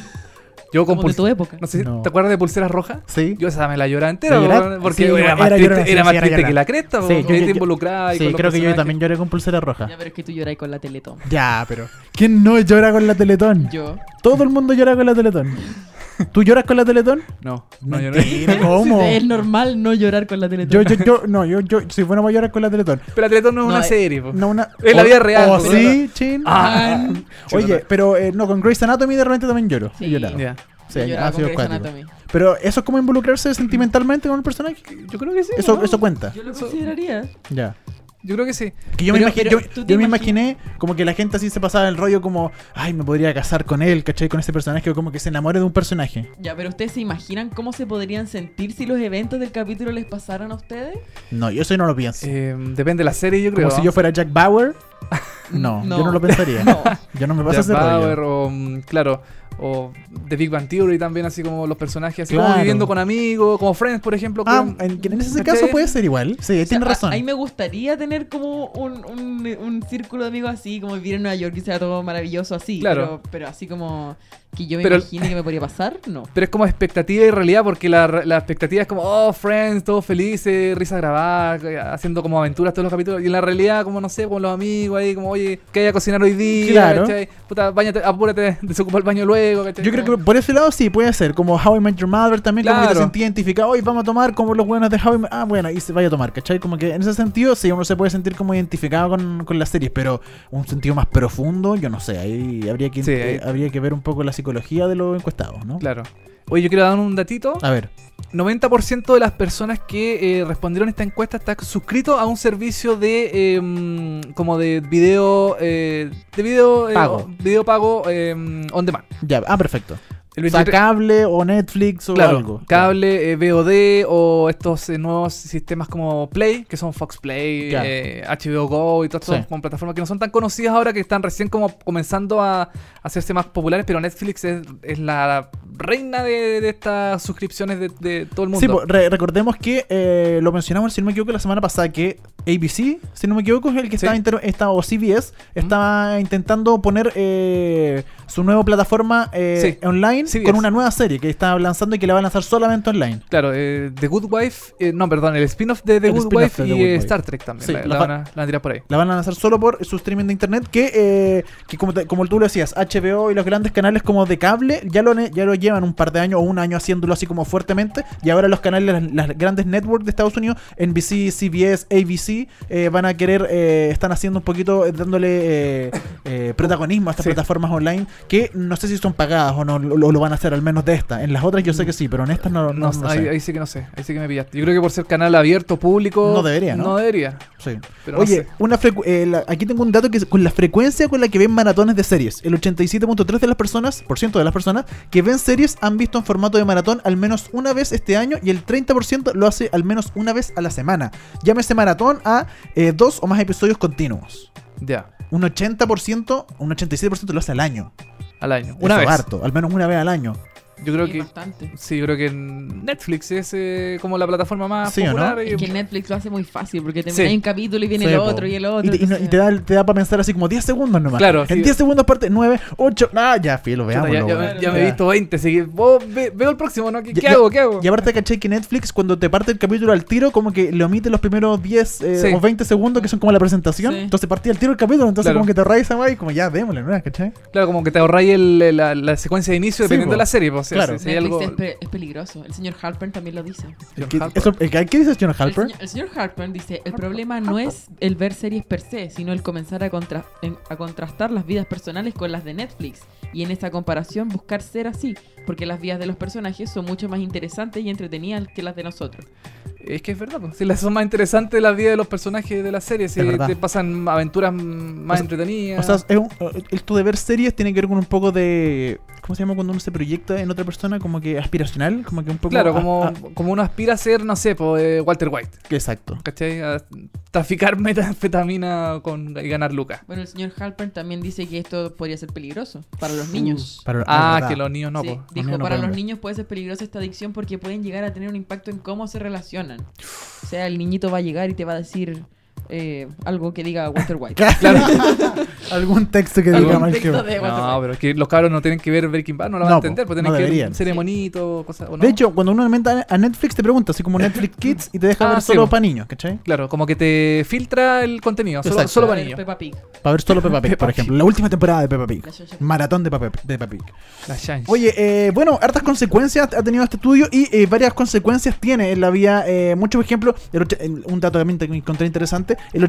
S2: Yo con
S4: Como de
S2: pulse-
S4: tu época.
S2: No sé,
S3: No.
S2: ¿te acuerdas de pulseras rojas?
S3: Sí.
S2: Yo esa me la lloraba entera,
S3: ¿La lloraste?
S2: porque
S3: Sí,
S2: era,
S3: era
S2: más
S3: llorona,
S2: triste,
S3: sí,
S2: era
S3: sí,
S2: más
S3: era
S2: triste
S3: llorona.
S2: que la cresta,
S3: Sí,
S2: porque
S3: yo-
S2: ahí
S3: yo-
S2: te involucraba y
S3: sí,
S2: con los
S3: creo que yo
S2: personajes.
S3: también lloré con pulsera roja.
S4: Ya, pero es que tú lloras con la Teletón.
S3: Ya, pero. ¿Quién no llora con la Teletón?
S4: Yo.
S3: Todo el mundo llora con la Teletón. ¿Tú lloras con la Teletón?
S2: No, no, yo no.
S3: Mentira, ¿Cómo?
S4: Es normal no llorar con la Teletón.
S3: Yo, yo, yo, no, yo, yo soy bueno para llorar con la Teletón.
S2: Pero Atletón no es
S4: No,
S2: una
S4: eh,
S2: serie, po.
S3: No, una...
S2: Es la
S3: o-
S2: vida real,
S3: O
S2: ¿no?
S3: sí, chin.
S2: Ah.
S3: Oye, pero eh, no, con Grey's Anatomy de repente también lloro.
S4: Sí.
S3: He llorado.
S2: Ya.
S3: Sí,
S4: Yo lloraba
S3: ha
S4: con
S3: sido
S4: Grey's
S3: cuático.
S4: Anatomy.
S3: Pero eso es como involucrarse sentimentalmente con el personaje.
S2: Yo creo que sí.
S3: Eso,
S2: ¿no?
S3: eso cuenta.
S4: Yo lo
S2: Eso-
S4: consideraría.
S3: Ya.
S2: Yo creo que sí.
S3: Que yo me,
S4: Pero-
S3: imagi-
S4: pero
S3: yo,
S4: tú te
S3: yo me
S4: imagi-
S3: imaginé como que la gente así se pasaba el rollo como, ay, me podría casar con él, ¿cachai? Con ese personaje, o como que se enamore de un personaje.
S4: Ya, pero ustedes se imaginan cómo se podrían sentir si los eventos del capítulo les pasaran a ustedes?
S3: No, yo eso no lo pienso.
S2: Eh, depende de la serie, yo creo.
S3: como si yo fuera Jack Bauer. No,
S4: No.
S3: yo no lo pensaría.
S4: No.
S3: Yo no me paso
S2: Jack
S3: ese
S2: Bauer
S3: rollo.
S2: o, mm, claro, o The Big Bang Theory también, así como los personajes, así como
S3: Claro.
S2: viviendo con amigos, como Friends, por ejemplo.
S3: Ah,
S2: que-
S3: en, en ese
S2: ¿cachai?
S3: caso puede ser igual. Sí,
S4: O sea,
S3: tiene
S4: a-
S3: razón.
S4: A, mí me gustaría tener como un, un, un círculo de amigos así, como vivir en Nueva York y sea todo maravilloso así.
S2: Claro.
S4: Pero, pero así como que yo me
S2: Pero-
S4: imagine que me podría pasar, no.
S2: Pero es como expectativa y realidad, porque la, la expectativa es como, oh, Friends, todos felices, risas grabadas, eh, haciendo como aventuras todos los capítulos. Y en la realidad, como no sé, con los amigos ahí, como, oye, ¿qué hay a cocinar hoy día?
S3: Claro.
S2: ¿cachai? Puta, bañate, apúrate, desocupa el baño luego. ¿cachai?
S3: Yo creo
S2: Como-
S3: que por ese lado sí puede ser, como How I Met Your Mother también, como que te
S2: Claro.
S3: sentí identificado, hoy vamos a tomar como los buenos de How I Met Ah, bueno, y se vaya a tomar, ¿cachai? Como que en ese sentido sí uno se puede sentir como identificado con, con las series, pero un sentido más profundo, yo no sé, ahí habría que,
S2: Sí,
S3: eh,
S2: ahí-
S3: habría que ver un poco la psicología de los encuestados, ¿no?
S2: Claro. Oye, yo quiero dar un datito.
S3: A ver,
S2: 90% de las personas que eh, respondieron esta encuesta está suscrito a un servicio de eh, mm, como de video eh, de video eh,
S3: Pago.
S2: o- video pago eh, on demand.
S3: ya, ah, perfecto.
S2: El
S3: O sea,
S2: 23
S3: cable o Netflix o
S2: claro,
S3: algo.
S2: cable, eh, VOD o estos eh, nuevos sistemas como Play, que son Fox Play,
S3: Ya.
S2: eh, HBO Go y todas estas
S3: Sí.
S2: como plataformas que no son tan conocidas ahora, que están recién como comenzando a hacerse más populares, pero Netflix es, es la reina de, de estas suscripciones de, de todo el mundo.
S3: Sí, po, re- recordemos que eh, lo mencionamos, si no me equivoco, la semana pasada que ABC, si no me equivoco, es el que
S2: Sí.
S3: estaba, inter- está- o CBS, estaba intentando poner eh, su nueva plataforma eh,
S2: Sí.
S3: online
S2: CBS.
S3: con una nueva serie que estaba lanzando y que la va a lanzar solamente online.
S2: Claro, eh, The Good Wife, eh, no, perdón, el spin-off de The
S3: El
S2: Good
S3: spin-off
S2: Wife
S3: de
S2: y
S3: The Good
S2: eh,
S3: Wife.
S2: Star Trek también.
S3: Sí,
S2: la,
S3: la
S2: la
S3: fa-
S2: van a, la van a tirar por ahí.
S3: La van a lanzar solo por su streaming de internet que, eh, que como, te- como tú lo decías, HBO y los grandes canales como de cable ya lo, ne- ya lo llevan un par de años o un año haciéndolo así como fuertemente y ahora los canales, las, las grandes networks de Estados Unidos, NBC, CBS, ABC, eh, van a querer, eh, están haciendo un poquito, eh, dándole eh, eh, protagonismo a estas
S2: Sí.
S3: plataformas online que no sé si son pagadas o no, lo, lo van a hacer al menos de esta. En las otras yo sé que sí, pero en estas no,
S2: No,
S3: no, no
S2: ahí,
S3: sé.
S2: ahí sí que no sé, ahí sí que me pillaste. Yo creo que por ser canal abierto, público.
S3: No debería, ¿no?
S2: debería.
S3: Sí.
S2: Pero no
S3: Oye,
S2: sé.
S3: una frecu- eh, la- aquí tengo un dato que es con la frecuencia con la que ven maratones de series. El 87.3 de las personas, por ciento de las personas que ven series han visto en formato de maratón al menos una vez este año y el 30% lo hace al menos una vez a la semana. Llámese maratón a eh, dos o más episodios continuos.
S2: Ya,
S3: Un 80%, un 87% lo hace al año.
S2: al año. Una
S3: Eso
S2: vez.
S3: harto, al menos una vez al año.
S2: Yo creo
S4: Sí, pues.
S2: que.
S4: bastante.
S2: Sí, yo creo que Netflix es eh, como la plataforma más
S3: Sí, ¿o no?
S2: popular. y-
S4: Es que Netflix lo hace muy fácil porque
S2: Sí.
S4: termina un capítulo y viene
S3: Sí,
S4: el
S3: po.
S4: otro y el otro.
S3: Y, te- y no- y
S4: entonces-
S3: te da, te da para pensar así como 10 segundos nomás.
S2: Claro,
S3: En
S2: sí.
S3: 10 segundos parte 9, 8. Ah, ya, filo,
S2: Chuta, ya,
S3: veámoslo.
S2: ya-
S3: weón.
S2: ya me he
S3: Ya.
S2: visto 20, así que vos ve- veo el próximo, ¿no? ¿Qué, qué
S3: Ya- ya-
S2: hago? ¿Qué hago?
S3: Y aparte, caché que Netflix, cuando te parte el capítulo al tiro, como que le omite los primeros 10 eh,
S2: Sí.
S3: o 20 segundos que son como la presentación.
S4: Sí.
S3: Entonces partía al tiro el capítulo, entonces
S2: Claro.
S3: como que te raíz esa weá y como ya, démosle, ¿no? ¿Cachai?
S2: Claro, como que te ahorráis el- la, la secuencia de inicio
S3: Sí,
S2: dependiendo
S3: po.
S2: de la serie. Pues, sé,
S3: Claro.
S2: si, si hay
S4: Netflix
S2: algo...
S4: es, pe- es peligroso. El señor Halpern también lo dice.
S2: John
S3: ¿Qué,
S2: Harper.
S3: eso, ¿el que- ¿Qué dices, John
S4: El
S3: Halpern?
S4: señor, el señor Halpern dice, el problema no es el ver series per se, sino el comenzar a, contra- en- a contrastar las vidas personales con las de Netflix. Y en esa comparación buscar ser así, porque las vidas de los personajes son mucho más interesantes y entretenidas que las de nosotros.
S2: Es que es verdad, pues. si las son más interesantes las vidas de los personajes de la serie, si
S3: Es verdad.
S2: te pasan aventuras más
S3: sea-
S2: entretenidas.
S3: O sea, es un- eh, el- tu deber series tiene que ver con un poco de. ¿Cómo se llama cuando uno se proyecta en otra persona? Como que aspiracional, como que un poco.
S2: claro,
S3: a-
S2: como,
S3: a-
S2: como uno aspira a ser, no sé, po, eh, Walter White,
S3: exacto.
S2: ¿cachai? A traficar metanfetamina con, y ganar lucas.
S4: Bueno, el señor Halpern también dice que esto podría ser peligroso para los niños.
S3: Uh, Para-
S2: Ah, que
S3: verdad.
S2: los niños no,
S4: Sí,
S2: po.
S4: dijo,
S3: niños no
S4: para
S3: pueden ver".
S4: los niños puede ser peligrosa esta adicción porque pueden llegar a tener un impacto en cómo se relacionan. O sea, el niñito va a llegar y te va a decir eh, algo que diga Walter White.
S2: Claro.
S3: Algún texto que
S4: Algún
S3: diga mal que.
S4: texto de Walter
S2: No,
S4: White.
S2: pero es que los cabros no tienen que ver Breaking Bad, no lo van
S3: No,
S2: a entender,
S3: po,
S2: pues tienen
S3: no
S2: que ver
S3: deberían.
S2: serie
S4: Sí.
S2: monito, cosas. ¿o no?
S3: De hecho, cuando uno inventa a Netflix te pregunta, así como Netflix Kids, y te deja
S2: Ah,
S3: ver
S2: sí,
S3: solo
S2: bo.
S3: para niños, ¿cachai?
S2: Claro, como que te filtra el contenido, solo,
S3: Exacto.
S2: solo
S4: A
S2: para
S4: ver,
S2: niños.
S4: Peppa Pig.
S3: Para ver solo Peppa Pig, por ejemplo. La última temporada de Peppa Pig.
S4: La Shasha-
S3: Maratón de Peppa, de Peppa Pig.
S2: La chance.
S3: Oye, eh, bueno, hartas consecuencias ha tenido este estudio y eh, varias consecuencias tiene en la vía. Eh, mucho, por ejemplo, el och- el- un dato que a mí te- encontré interesante: el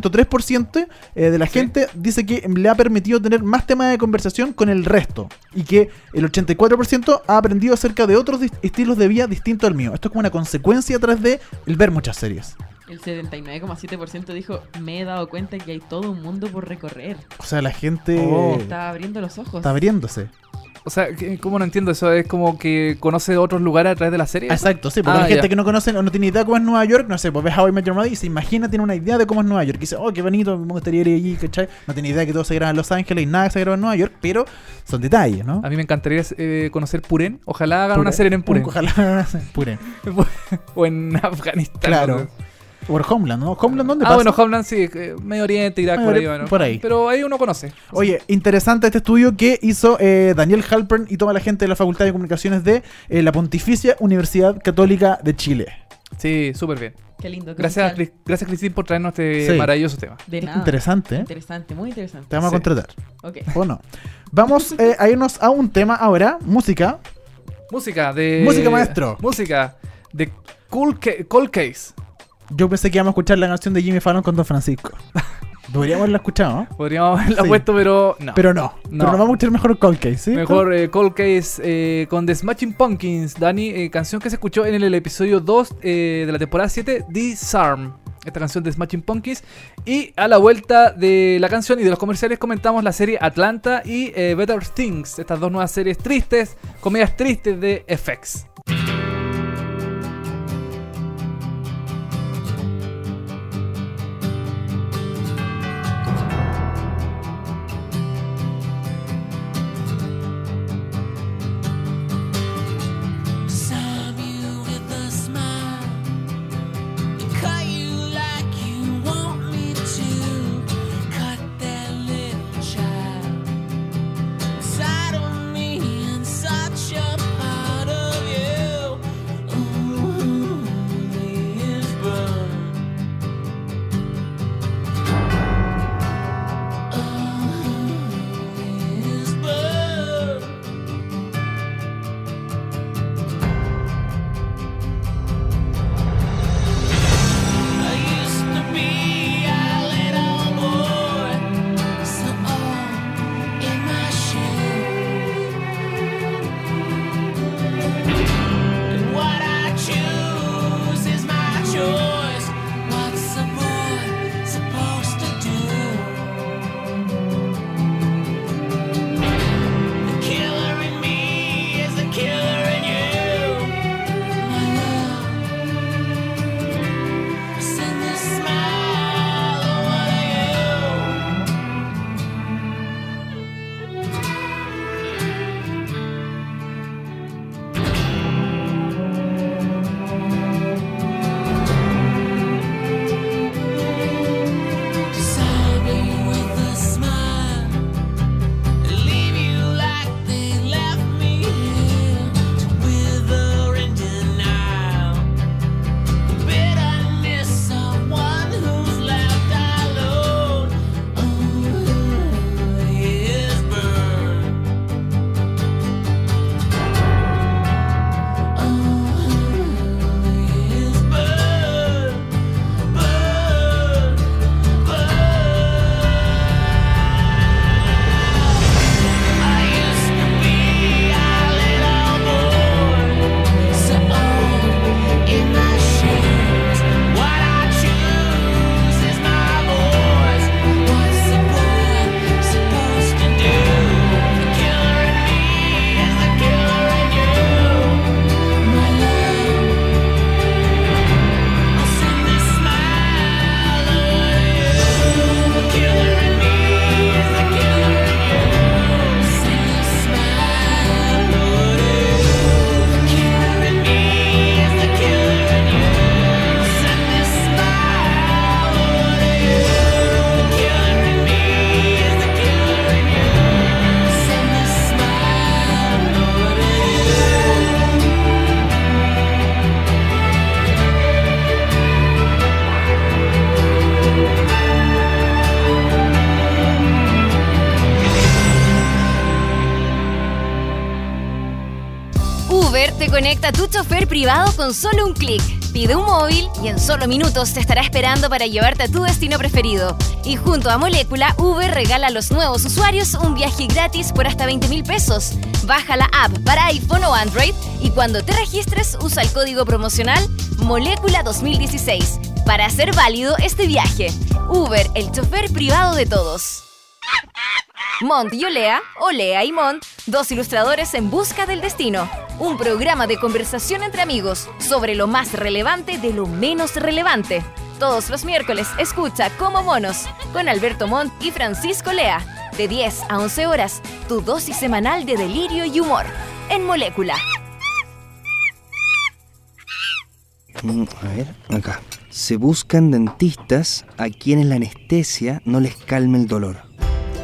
S3: 86.3% eh, de la gente dice que le ha permitido tener más temas de conversación con el resto y que el 84% ha aprendido acerca de otros dis- estilos de vida distintos al mío. Esto es como una consecuencia atrás de el ver muchas series.
S4: El 79,7% dijo, me he dado cuenta que hay todo un mundo por recorrer.
S3: O sea, la gente
S2: Oh.
S3: eh,
S4: Está abriendo los ojos.
S3: está abriéndose.
S2: O sea, que- ¿cómo no entiendo eso? Es como que conoce otros lugares a través de la serie.
S3: Exacto, sí, porque
S2: Ah,
S3: la gente
S2: ya.
S3: que no conoce o no tiene idea cómo es Nueva York, no sé, pues ve How I Met Your Mother y se imagina, tiene una idea de cómo es Nueva York. Y dice, oh, qué bonito, me gustaría ir allí, ¿cachai? No tiene idea que todo se graba en Los Ángeles y nada se graba en Nueva York, pero son detalles, ¿no?
S2: A mí me encantaría eh, conocer Purén. Ojalá hagan una
S3: Puré.
S2: serie en Purén.
S3: Ojalá. Puré.
S2: o en Afganistán. no
S3: Claro.
S2: sé.
S3: Por Homeland, ¿no? Homeland, ¿dónde
S2: Ah,
S3: pasa?
S2: bueno, Homeland sí, eh, Medio Oriente, Irak,
S3: Medio
S2: por ahí,
S3: Oriente,
S2: bueno.
S3: por ahí.
S2: Pero ahí uno conoce.
S3: Oye, interesante este estudio que hizo eh, Daniel Halpern y toda la gente de la Facultad de Comunicaciones de eh, la Pontificia Universidad Católica de Chile.
S2: Sí, súper bien.
S4: Qué lindo. qué
S2: Gracias,
S4: social.
S2: Cris- gracias Cristín, por traernos este
S3: Sí.
S2: maravilloso tema.
S4: De nada.
S3: Interesante, ¿eh?
S4: Interesante, muy
S3: Te
S4: interesante.
S3: vamos
S2: Sí.
S3: a contratar.
S4: Ok.
S3: ¿O no? Vamos eh, a irnos a un tema ahora, música.
S2: Música de.
S3: Música, maestro.
S2: Música de Cool Ca- Cold Case.
S3: Yo pensé que íbamos a escuchar la canción de Jimmy Fallon con Don Francisco. Deberíamos haberla escuchado, ¿no?
S2: Podríamos haberla
S3: Sí.
S2: puesto, pero no.
S3: Pero no.
S2: No.
S3: Pero nos vamos a escuchar mejor Cold Case, ¿sí?
S2: Mejor eh, Cold Case eh, con The Smashing Pumpkins, Dani, eh, canción que se escuchó en el, el episodio 2 eh, de la temporada 7, Disarm. Esta canción de Smashing Pumpkins. Y a la vuelta de la canción y de los comerciales comentamos la serie Atlanta y eh, Better Things. Estas dos nuevas series tristes, comedias tristes de FX.
S6: Disarm you with a smile and cut you like you want me to. Cut that little child inside of me and such a part of you. oh,
S1: Te conecta tu chofer privado con solo un clic. Pide un móvil y en solo minutos te estará esperando para llevarte a tu destino preferido. Y junto a Molécula, Uber regala a los nuevos usuarios un viaje gratis por hasta 20 mil pesos. Baja la app para iPhone o Android y cuando te registres usa el código promocional Molécula 2016 para hacer válido este viaje. Uber, el chofer privado de todos. Mont y Olea, Olea y Mont, dos ilustradores en busca del destino. Un programa de conversación entre amigos sobre lo más relevante de lo menos relevante. Todos los miércoles escucha Como Monos con Alberto Mont y Francisco Lea. De 10 a 11 horas, tu dosis semanal de delirio y humor. En Molécula.
S7: Mm, A ver, acá. Se buscan dentistas a quienes la anestesia no les calme el dolor.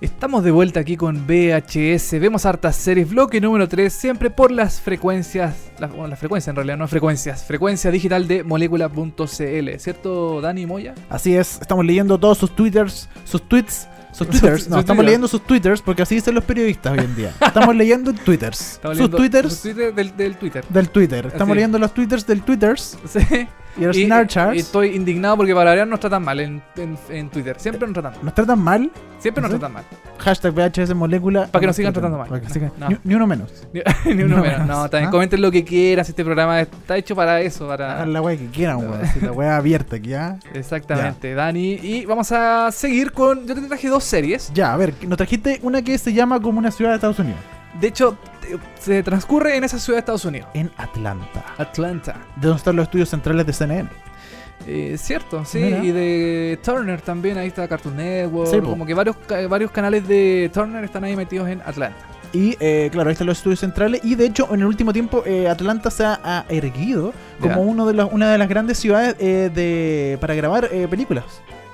S2: Estamos de vuelta aquí con VHS. Vemos hartas series, bloque número 3, siempre por las frecuencias. La, bueno, las frecuencias en realidad, no frecuencias. Frecuencia digital de molécula.cl. ¿Cierto, Dani Moya?
S3: Así es, estamos leyendo todos sus twitters, sus tweets, sus twitters.
S2: Sus
S3: No, estamos
S2: twitters.
S3: leyendo sus twitters porque así dicen los periodistas hoy en día. Estamos leyendo twitters.
S2: Estaba
S3: sus
S2: leyendo sus
S3: twitters
S2: Twitter del, del Twitter.
S3: del Twitter. Estamos
S2: Así.
S3: leyendo los twitters del twitters
S2: Sí.
S3: y los
S2: Y-
S3: Snarcharts.
S2: y estoy indignado porque para variar nos tratan mal en, en- en Twitter. Siempre nos tratan mal.
S3: Nos tratan mal.
S2: Siempre nos
S3: ¿Sí?
S2: tratan mal.
S3: Hashtag VHS molécula.
S2: Para que nos sigan
S3: tratan.
S2: tratando mal.
S3: Para que sigan-
S2: No.
S3: Ni, ni uno menos.
S2: Ni, ni uno
S3: No
S2: menos.
S3: menos,
S2: No, también
S3: ¿ah?
S2: comenten lo que quieras. Este programa está hecho para eso. Para...
S3: Hagan la wea que quieran, weón. Si La wea abierta aquí, ¿ah? ¿ya?
S2: Exactamente, Dani. Y vamos a seguir con. Yo te traje dos series.
S3: Ya, a ver, nos trajiste una que se llama como una ciudad de Estados Unidos.
S2: De hecho, te- se transcurre en esa ciudad de Estados Unidos.
S3: En Atlanta.
S2: Atlanta.
S3: De donde están los estudios centrales de CNN.
S2: Eh, cierto, sí.
S3: Mira.
S2: Y de Turner también. Ahí está Cartoon Network.
S3: Sí, po.
S2: como que varios, ca- varios canales de Turner están ahí metidos en Atlanta.
S3: Y eh, claro, ahí están los estudios centrales. Y de hecho, en el último tiempo, eh, Atlanta se ha, ha erguido como
S2: Ya.
S3: uno de los- una de las grandes ciudades eh, de, para grabar eh, películas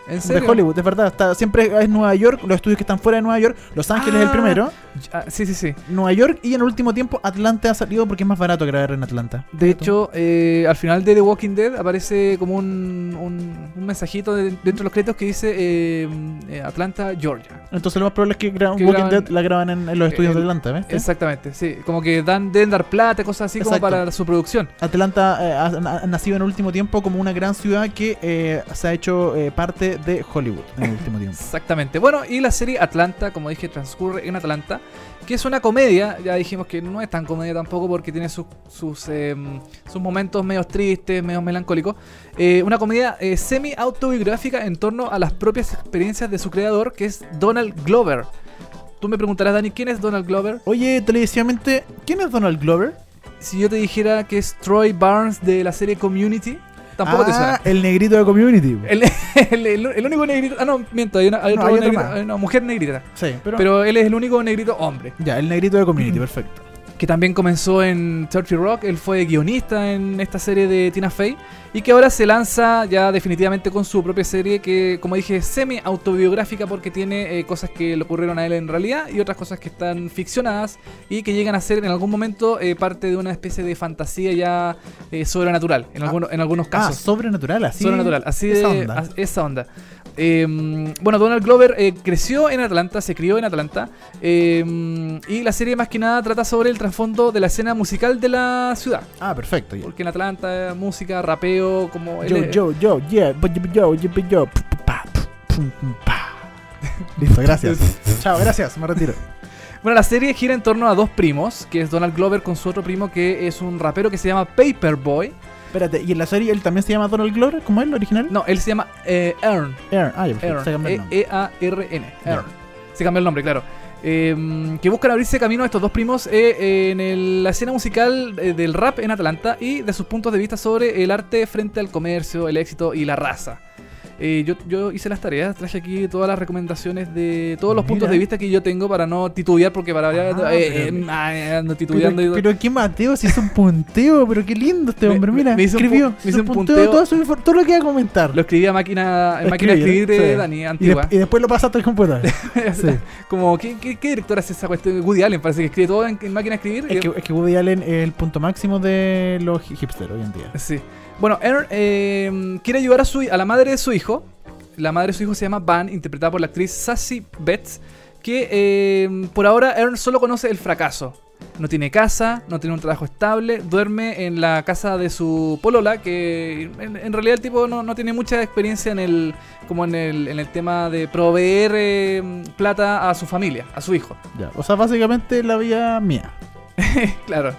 S2: ¿En
S3: de
S2: serio?
S3: Hollywood. Es verdad, está, siempre es Nueva York, los estudios que están fuera de Nueva York. Los Ángeles es
S2: Ah.
S3: el primero,
S2: Ah, sí, sí, sí.
S3: Nueva York. Y en el último tiempo, Atlanta ha salido porque es más barato grabar en Atlanta.
S2: De hecho, eh, al final de The Walking Dead aparece como un, un, un mensajito de- dentro de los créditos que dice eh, eh, Atlanta, Georgia.
S3: Entonces, lo más probable es que graban
S2: Que
S3: Walking
S2: graban-
S3: Dead la graban en, en los estudios de
S2: en-
S3: Atlanta, ¿ves?
S2: Exactamente, sí. Como que dan, deben dar plata, cosas así como
S3: Exacto.
S2: para su producción.
S3: Atlanta eh, ha, ha nacido en el último tiempo como una gran ciudad que eh, se ha hecho eh, parte de Hollywood en el último tiempo.
S2: Exactamente. Bueno, y la serie Atlanta, como dije, transcurre en Atlanta, que es una comedia. Ya dijimos que no es tan comedia tampoco porque tiene sus, sus, em, sus momentos medio tristes, medio melancólicos. Eh, una comedia eh, semi-autobiográfica en torno a las propias experiencias de su creador, que es Donald Glover. Tú me preguntarás, Dani, ¿quién es Donald Glover?
S3: Oye, televisivamente, ¿quién es Donald Glover?
S2: Si yo te dijera que es Troy Barnes de la serie Community, tampoco te
S3: Ah,
S2: suena.
S3: el negrito de Community.
S2: El, el- el- el único negrito. Ah, no, miento, hay una, hay
S3: No,
S2: otro
S3: hay otro
S2: negrito-
S3: más.
S2: hay una mujer negrita.
S3: Sí, pero,
S2: Pero él es el único negrito hombre.
S3: ya, el negrito de Community, perfecto.
S2: que también comenzó en 30 Rock, él fue guionista en esta serie de Tina Fey y que ahora se lanza ya definitivamente con su propia serie que como dije es semi autobiográfica porque tiene eh, cosas que le ocurrieron a él en realidad y otras cosas que están ficcionadas y que llegan a ser en algún momento eh, parte de una especie de fantasía ya eh, sobrenatural en, alguno- en algunos
S3: Ah,
S2: casos.
S3: sobrenatural, así.
S2: Sobrenatural, así
S3: esa
S2: de
S3: onda.
S2: as- esa onda. Eh, bueno, Donald Glover eh, creció en Atlanta, se crió en Atlanta, eh, y la serie más que nada trata sobre el trasfondo de la escena musical de la ciudad.
S3: Ah, perfecto. ya.
S2: Porque en Atlanta, eh, música, rapeo, como... eh, él
S3: Yo,
S2: es-
S3: yo, yo, yeah, but yo, yo, yo, yo, yo, pu, pu, pa, pu, pum, pum, pa. Listo, gracias. Chao, gracias, me retiro.
S2: Bueno, la serie gira en torno a dos primos, que es Donald Glover con su otro primo, que es un rapero que se llama Paperboy.
S3: Espérate, ¿y en la serie él también se llama Donald Glover? ¿Cómo es el original?
S2: No, él se llama eh, Earn.
S3: Aaron. Ah, ya, perfecto, se
S2: Earn,
S3: cambió el
S2: E-
S3: nombre.
S2: E-A-R-N.
S3: Ya.
S2: Earn. Se cambió el nombre, claro. Eh, que buscan abrirse camino a estos dos primos eh, en el- la escena musical eh, del rap en Atlanta y de sus puntos de vista sobre el arte frente al comercio, el éxito y la raza. Eh, yo, yo hice las tareas, traje aquí todas las recomendaciones de todos los puntos
S3: Mira.
S2: de vista que yo tengo para no titubear, porque para
S3: Ah,
S2: eh, eh,
S3: pero-
S2: ah, ando
S3: Pero,
S2: titubeando. y-
S3: pero qué Mateo, si hizo un punteo, pero qué lindo este
S2: Me-
S3: hombre,
S2: me-
S3: mira,
S2: me hizo un
S3: escribió,
S2: pu- me hizo un
S3: punteo,
S2: punteo.
S3: todo, su infor- todo lo que iba a comentar.
S2: lo escribí a máquina, en máquina de
S3: Escribir,
S2: escribir de
S3: sí.
S2: Dani,
S3: y,
S2: antigua.
S3: desp- y después lo pasaste al computador. sí.
S2: Como, ¿qué, qué, qué directora hace esa cuestión? Woody Allen parece que escribe todo en, en máquina de escribir. eh, y-
S3: Es que, es que Woody Allen es el punto máximo de los hi- hipster hoy en día.
S2: Sí. Bueno, Aaron eh, quiere ayudar a, su, hi- a la madre de su hijo. La madre de su hijo se llama Van, interpretada por la actriz Sassy Betts, que eh, por ahora Aaron solo conoce el fracaso. No tiene casa, no tiene un trabajo estable, duerme en la casa de su polola, que en, en realidad el tipo no, no tiene mucha experiencia en el, como en el, en el tema de proveer eh, plata a su familia, a su hijo.
S3: Ya, O sea, básicamente la vida mía.
S2: claro.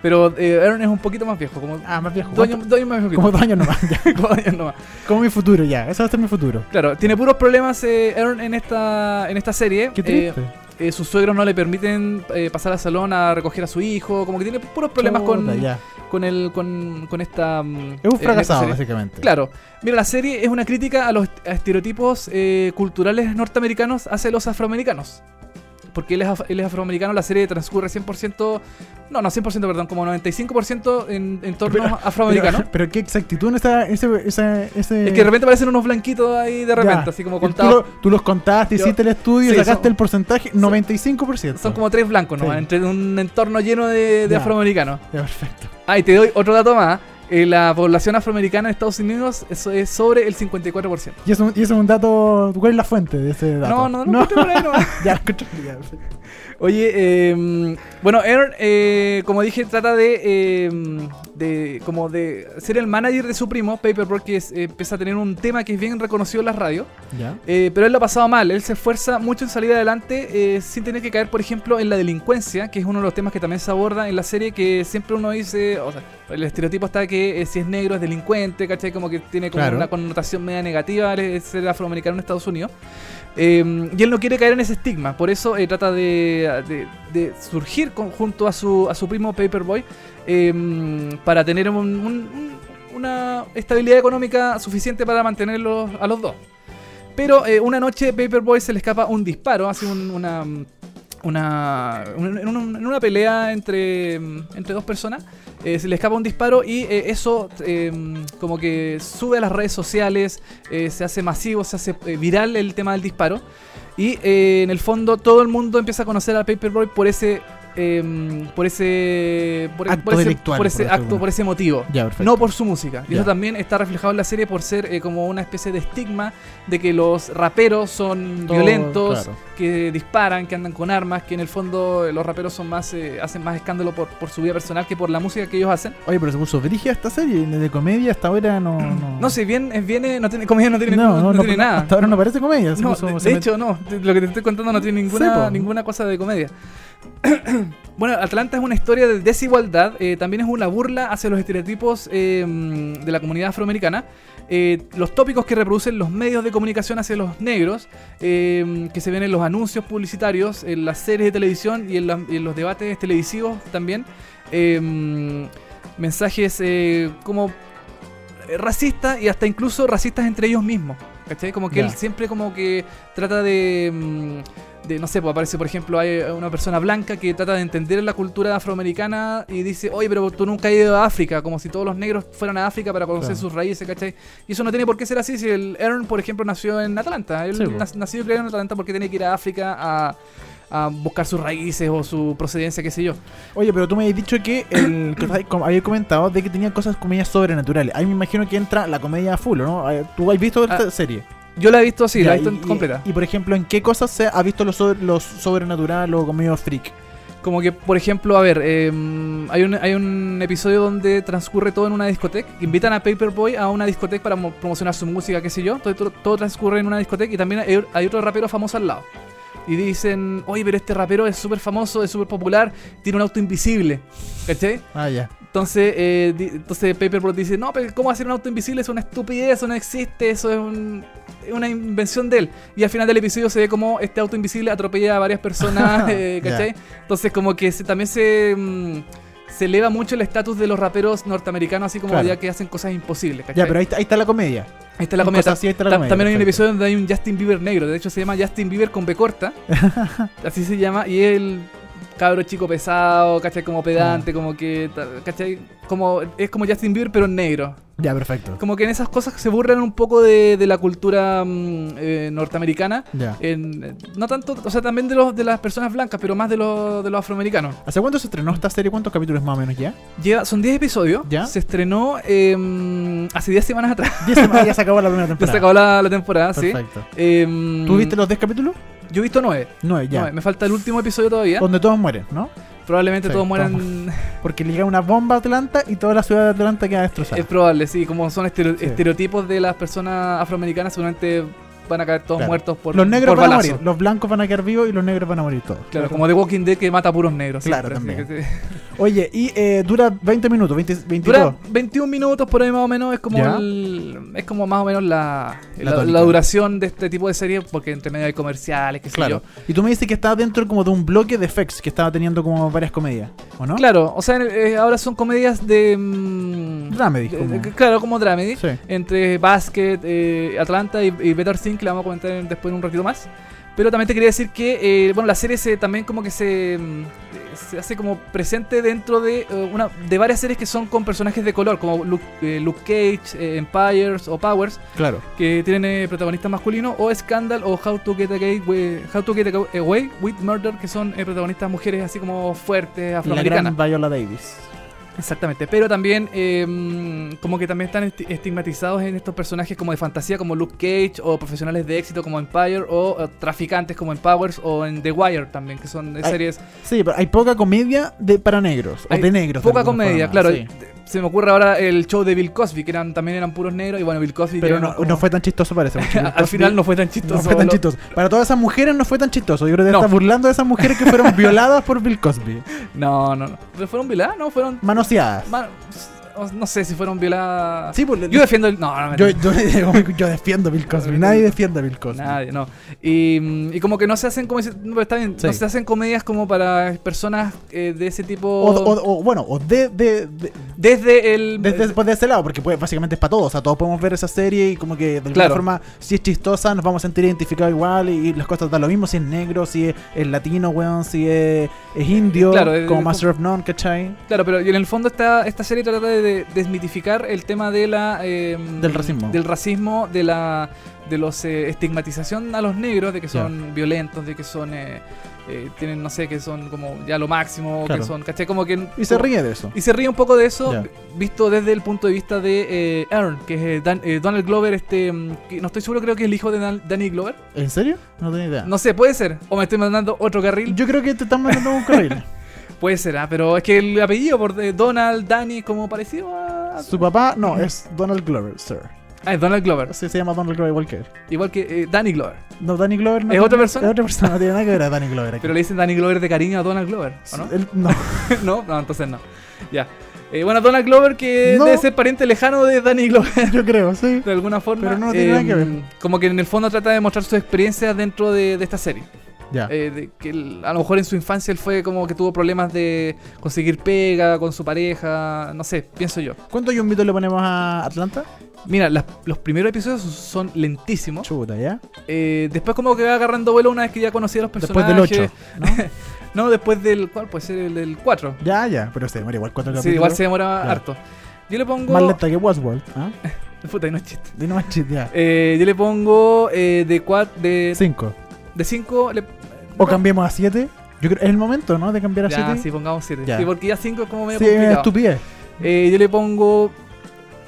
S2: Pero eh, Aaron es un poquito más viejo, como
S3: Ah, más viejo.
S2: dos años, dos años más
S3: Como
S2: viejo.
S3: dos años nomás, ya.
S2: que- como dos años nomás.
S3: Como mi futuro, ya. Eso va a ser mi futuro.
S2: Claro, tiene puros problemas eh, Aaron en esta, en esta serie.
S3: Qué
S2: Eh,
S3: triste.
S2: eh, sus suegros no le permiten eh, pasar al salón a recoger a su hijo. Como que tiene puros problemas con,
S3: Chuta, ya.
S2: con, el, con, con esta. mm,
S3: Es
S2: eh,
S3: un fracasado,
S2: esta serie.
S3: básicamente.
S2: Claro. Mira, la serie es una crítica a los est- a estereotipos eh, culturales norteamericanos hacia los afroamericanos. Porque él es, af- él es afroamericano, la serie transcurre 100%, no, no 100%, perdón, como 95% en entornos afroamericanos.
S3: Pero, pero qué exactitud en esa, ese, esa- ese-
S2: Es que de repente aparecen unos blanquitos ahí de
S3: Ya.
S2: repente, así como
S3: Tú
S2: contados.
S3: lo- Tú, los contaste,
S2: Yo-
S3: hiciste el estudio,
S2: Sí,
S3: sacaste
S2: son-
S3: el porcentaje, 95%.
S2: Son como tres blancos, ¿no?
S3: Sí.
S2: Entre un entorno lleno de, de
S3: Ya.
S2: afroamericanos.
S3: Ya, perfecto.
S2: Ah, y te doy otro dato más. Eh, la población afroamericana en Estados Unidos es, es sobre el 54%.
S3: Y eso, y eso es un dato. ¿Cuál es la fuente de ese dato?
S2: No, no, no, no. por ahí nomás.
S3: ya, escucha, ya, perfecto.
S2: Oye, eh, bueno, Aaron, eh, como dije, trata de, eh, de como de ser el manager de su primo, Paperboard, que es- eh, empieza a tener un tema que es bien reconocido en las radios.
S3: Ya.
S2: Eh, pero él lo ha pasado mal, él se esfuerza mucho en salir adelante eh, sin tener que caer, por ejemplo, en la delincuencia, que es uno de los temas que también se aborda en la serie, que siempre uno dice, o sea, el estereotipo está que eh, si es negro es delincuente, ¿cachai? Como que tiene como
S3: Claro.
S2: una connotación media negativa el ser afroamericano en Estados Unidos. Eh, y él no quiere caer en ese estigma, por eso eh, trata de, de- de surgir con- junto a su, a su primo Paperboy eh, para tener un- un- un- una estabilidad económica suficiente para mantenerlos a los dos. Pero eh, una noche Paperboy se le escapa un disparo, hace un- una, una, un- en, un- en una pelea entre, entre dos personas, eh, se le escapa un disparo y eh, eso eh, como que sube a las redes sociales, eh, se hace masivo, se hace eh, viral el tema del disparo. Y eh, en el fondo todo el mundo empieza a conocer a Paperboy por ese... eh, por ese por,
S3: Acto
S2: por ese,
S3: delictual,
S2: por ese
S3: por decirlo de
S2: acto
S3: alguna
S2: por ese motivo
S3: Ya, perfecto.
S2: no por su música. Y
S3: Ya.
S2: eso también está reflejado en la serie por ser eh, como una especie de estigma de que los raperos son
S3: Todo,
S2: violentos,
S3: claro.
S2: que disparan, que andan con armas, que en el fondo eh, los raperos son más eh, hacen más escándalo por, por su vida personal que por la música que ellos hacen.
S3: Oye, pero se puso brígida esta serie. De comedia hasta ahora no. No,
S2: No, si bien es bien, eh, no tiene comedia, no tiene, no, no tiene nada.
S3: Hasta ahora Mm. no parece comedia. se
S2: No,
S3: puso-
S2: de,
S3: se
S2: de
S3: met-
S2: hecho, no. De- Lo que te estoy contando no tiene ninguna,
S3: po.
S2: ninguna cosa de comedia. bueno, Atlanta es una historia de desigualdad. eh, también es una burla hacia los estereotipos eh, mm, de la comunidad afroamericana. eh, los tópicos que reproducen los medios de comunicación hacia los negros, eh, que se ven en los anuncios publicitarios, en las series de televisión y en, la- y en los debates televisivos también. eh, mm, mensajes eh, como eh, racistas y hasta incluso racistas entre ellos mismos. ¿Cachai? Como que
S3: Ya.
S2: él siempre como que trata de, mm, de, no sé, pues aparece por ejemplo hay una persona blanca que trata de entender la cultura afroamericana y dice, oye, pero tú nunca has ido a África, como si todos los negros fueran a África para conocer
S3: Claro.
S2: sus raíces, ¿cachai? Y eso no tiene por qué ser así si el Aaron, por ejemplo, nació en Atlanta. Él
S3: Sí, pues.
S2: nac- nació y creció en Atlanta porque tiene que ir a África a, a buscar sus raíces o su procedencia, qué sé yo.
S3: Oye, pero tú me habías dicho que el, que hay- como había comentado de que tenía cosas comedias sobrenaturales. Ahí me imagino que entra la comedia a full, ¿o ¿no? Eh, ¿Tú has visto esta
S2: Ah,
S3: serie?
S2: Yo la he visto así, la
S3: Ya,
S2: he visto
S3: y- y-
S2: completa.
S3: Y, por ejemplo, ¿en qué cosas se ha visto lo, sobre- lo sobrenatural o comedia freak?
S2: Como que, por ejemplo, a ver, eh, hay, un, hay un episodio donde transcurre todo en una discoteca. Invitan a Paperboy a una discoteca para mo- promocionar su música, qué sé yo. Todo, todo- todo transcurre en una discoteca y también hay, hay otro rapero famoso al lado. Y dicen, oye, pero este rapero es súper famoso, es súper popular, tiene un auto invisible. ¿Cachai?
S3: Ah, ya.
S2: Entonces, eh, di- entonces Paperboy dice, no, pero ¿cómo hacer un auto invisible? Es una estupidez, eso no existe, eso es un- es una invención de él. Y al final del episodio se ve como este auto invisible atropella a varias personas, eh, ¿cachai? Entonces como que se- también se, mm, se eleva mucho el estatus de los raperos norteamericanos, así como
S3: Claro.
S2: ya que hacen cosas imposibles, ¿cachai?
S3: Ya, pero ahí, está- ahí está la comedia.
S2: Ahí está la comedia.
S3: Cosas así, ahí está la
S2: Ta-
S3: comedia,
S2: También hay un
S3: perfecto.
S2: episodio donde hay un Justin Bieber negro. De hecho, se llama Justin Bieber con B corta. así se llama. Y él, cabro chico pesado, ¿cachai? Como pedante, como que. ta- ¿cachai? Como, es como Justin Bieber, pero en negro.
S3: Ya, perfecto.
S2: Como que en esas cosas se burlan un poco de, de la cultura mm, eh, norteamericana.
S3: Ya.
S2: En- no tanto, o sea, también de, los, de las personas blancas, pero más de, los de los afroamericanos.
S3: ¿Hace cuánto se estrenó esta serie? ¿Cuántos capítulos más o menos ya?
S2: Lleva, son 10 episodios.
S3: ¿Ya?
S2: Se estrenó em, hace 10 semanas atrás.
S3: Diez semanas, ya se acabó la primera
S2: Ya
S3: temporada.
S2: se acabó la, la temporada, sí.
S3: Perfecto.
S2: Em,
S3: ¿Tú viste los 10 capítulos?
S2: Yo he visto 9.
S3: Nueve, ya.
S2: me falta el último episodio todavía.
S3: Donde todos mueren, ¿no?
S2: Probablemente
S3: Sí,
S2: todos
S3: todos
S2: mueran.
S3: Porque le llega una bomba a Atlanta y toda la ciudad de Atlanta queda destrozada.
S2: Es probable, sí. Como son estere-
S3: Sí.
S2: estereotipos de las personas afroamericanas, seguramente van a caer todos
S3: Claro.
S2: muertos por
S3: los negros
S2: por
S3: van
S2: balazo.
S3: a morir, los blancos van a quedar vivos y los negros van a morir todos.
S2: Claro, como The Walking Dead que mata a puros negros.
S3: Claro,
S2: siempre, así que sí.
S3: Oye, y eh, dura 20 minutos, 20, 22.
S2: Dura 21 minutos por ahí más o menos. Es como
S3: Ya.
S2: el- es como más o menos la,
S3: La
S2: la-
S3: tónica.
S2: la duración de este tipo de series, porque entre medio hay comerciales, qué sé
S3: Claro.
S2: yo.
S3: Y tú me dices que estaba dentro como de un bloque de FX que estaba teniendo como varias comedias, ¿o no?
S2: Claro, o sea, en el- eh, ahora son comedias de. mm,
S3: Dramedy,
S2: de-
S3: como-
S2: de- claro, como dramedy.
S3: Sí.
S2: Entre Basket, eh, Atlanta y, y Better Thing, que la vamos a comentar en- después en un ratito más. Pero también te quería decir que, eh, bueno, la serie se, también como que se, mm, se hace como presente dentro de eh, una de varias series que son con personajes de color, como Luke, eh, Luke Cage, eh, Empires o Powers,
S3: Claro.
S2: que tienen eh, protagonistas masculinos, o Scandal o How to Get Away, with- How to Get Away with Murder, que son eh, protagonistas mujeres así como fuertes,
S3: La
S2: afroamericanas.
S3: gran Viola Davis.
S2: Exactamente, pero también eh, como que también están esti- estigmatizados en estos personajes como de fantasía como Luke Cage o profesionales de éxito como Empire o eh, traficantes como en Powers o en The Wire también, que son de
S3: Ay,
S2: series
S3: Sí, pero hay poca comedia de para negros, o
S2: Hay
S3: de negros. de
S2: poca
S3: alguna
S2: comedia,
S3: forma,
S2: claro.
S3: sí.
S2: eh, Se me ocurre ahora el show de Bill Cosby, que eran también eran puros negros y bueno, Bill Cosby
S3: Pero
S2: que
S3: no,
S2: era como-
S3: no fue tan chistoso parece. mucho.
S2: al final no fue tan chistoso.
S3: No fue tan
S2: lo-
S3: chistoso. Para todas esas mujeres no fue tan chistoso. Yo creo que
S2: No.
S3: está burlando de esas mujeres que fueron violadas por Bill Cosby.
S2: No, no, no. ¿Pero fueron violadas? No, fueron
S3: Manoseadas.
S2: ma- o- no sé si fueron violadas.
S3: Sí, pues, le-
S2: Yo defiendo el no, no me
S3: yo, yo le digo, yo defiendo a Bill Cosby. Nadie defiende a Bill Cosby.
S2: Nadie, no. Y, mm, y como que no se hacen como ese- no, pero está bien,
S3: Sí.
S2: no se hacen comedias como para personas eh, de ese tipo
S3: O, o- o- bueno, o de, de, de-
S2: desde el
S3: desde pues, de ese lado, porque pues, básicamente es para todos. O sea, todos podemos ver esa serie y como que de alguna
S2: Claro.
S3: forma, si es chistosa, nos vamos a sentir identificados igual y, y las cosas dan lo mismo. Si es negro, si es, es latino, weón, si es, es indio,
S2: Claro, es-
S3: como
S2: es-
S3: Master of None, ¿cachai?
S2: Claro, pero y en el fondo esta, esta serie trata de, de desmitificar el tema de la eh,
S3: Del racismo.
S2: del racismo, de la de los eh, estigmatización a los negros, de que
S3: Ya.
S2: son violentos, de que son eh, eh, tienen no sé, que son como ya lo máximo,
S3: Claro.
S2: que son, ¿cachai? Como que
S3: Y se ríe de eso.
S2: Y se ríe un poco de eso,
S3: Ya.
S2: visto desde el punto de vista de eh, Aaron, que es eh, Dan- eh, Donald Glover, este, mm, que no estoy seguro, creo que es el hijo de Dan- Danny Glover.
S3: ¿En serio? No tenía idea.
S2: No sé, puede ser. O me estoy mandando otro carril.
S3: Yo creo que te están mandando un carril.
S2: Puede ser, ah, pero es que el apellido por de Donald, Danny, es como parecido a...
S3: Ah, Su papá, no, es Donald Glover, sir.
S2: Ah, es Donald Glover.
S3: Sí, se llama Donald Glover igual que él.
S2: Igual que eh, Danny Glover.
S3: No, Danny Glover no
S2: ¿Es
S3: tiene-
S2: otra persona?
S3: Es otra persona, no tiene nada que ver a Danny Glover aquí.
S2: Pero le dicen Danny Glover de cariño a Donald Glover, ¿o no?
S3: Él- no.
S2: no, no, entonces no. Ya. Eh, bueno, Donald Glover que
S3: No.
S2: debe ser pariente lejano de Danny Glover.
S3: yo creo, sí.
S2: de alguna forma. em,
S3: Pero no tiene nada que ver.
S2: Como que en el fondo trata de mostrar sus experiencias dentro de, de esta serie.
S3: Ya.
S2: Eh, de que él- a lo mejor en su infancia él fue como que tuvo problemas de conseguir pega con su pareja, no sé, pienso yo.
S3: ¿Cuánto yumbitos le ponemos a Atlanta?
S2: Mira, las- los primeros episodios son lentísimos.
S3: Chuta, ¿ya?
S2: Eh, después como que va agarrando vuelo una vez que ya conocía a los
S3: Después
S2: personajes.
S3: del 8. ¿no?
S2: No, después del... ¿Cuál puede ser? El del 4.
S3: ya, ya. Pero se demora igual 4
S2: Sí, igual se demora
S3: Claro.
S2: harto. Yo le pongo...
S3: Más lenta que Westworld. ¿ah?
S2: Puta, ahí no es chiste.
S3: Di nomás chiste, ya.
S2: Eh, yo le pongo eh, de 4... De
S3: 5.
S2: 5...
S3: O cambiemos a 7. Yo creo, es el momento, ¿no? De cambiar a
S2: Ya,
S3: 7.
S2: sí, pongamos 7.
S3: Ya.
S2: Sí, porque ya 5 es como medio
S3: sí, es
S2: complicado.
S3: estupidez.
S2: Eh, yo le pongo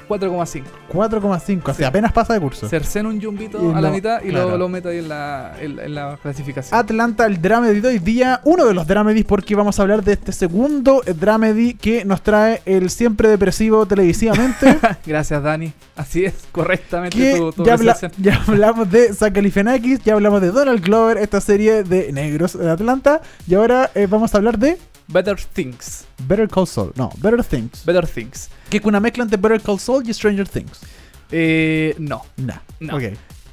S2: 4,5.
S3: 4,5. O sea, apenas pasa de curso.
S2: Cerceno un yumbito
S3: Y
S2: a la
S3: lo-
S2: mitad y
S3: claro.
S2: lo, lo meto ahí en la, en, la- en la clasificación.
S3: Atlanta, el dramedy de hoy día, uno de los dramedies porque vamos a hablar de este segundo dramedy que nos trae el siempre depresivo televisivamente,
S2: Gracias, Dani. Así es, correctamente
S3: que
S2: tu, tu
S3: Ah. ya, habla-
S2: apreciación.
S3: ya hablamos de Zakalifanakis, ya hablamos de Donald Glover, esta serie de negros de Atlanta, y ahora eh, vamos a hablar de
S2: Better Things.
S3: Better Call Saul, no, Better Things,
S2: Better Things.
S3: que es una mezcla entre Better Call Saul y Stranger Things.
S2: Eh, no.
S3: Nah,
S2: No.
S3: ok.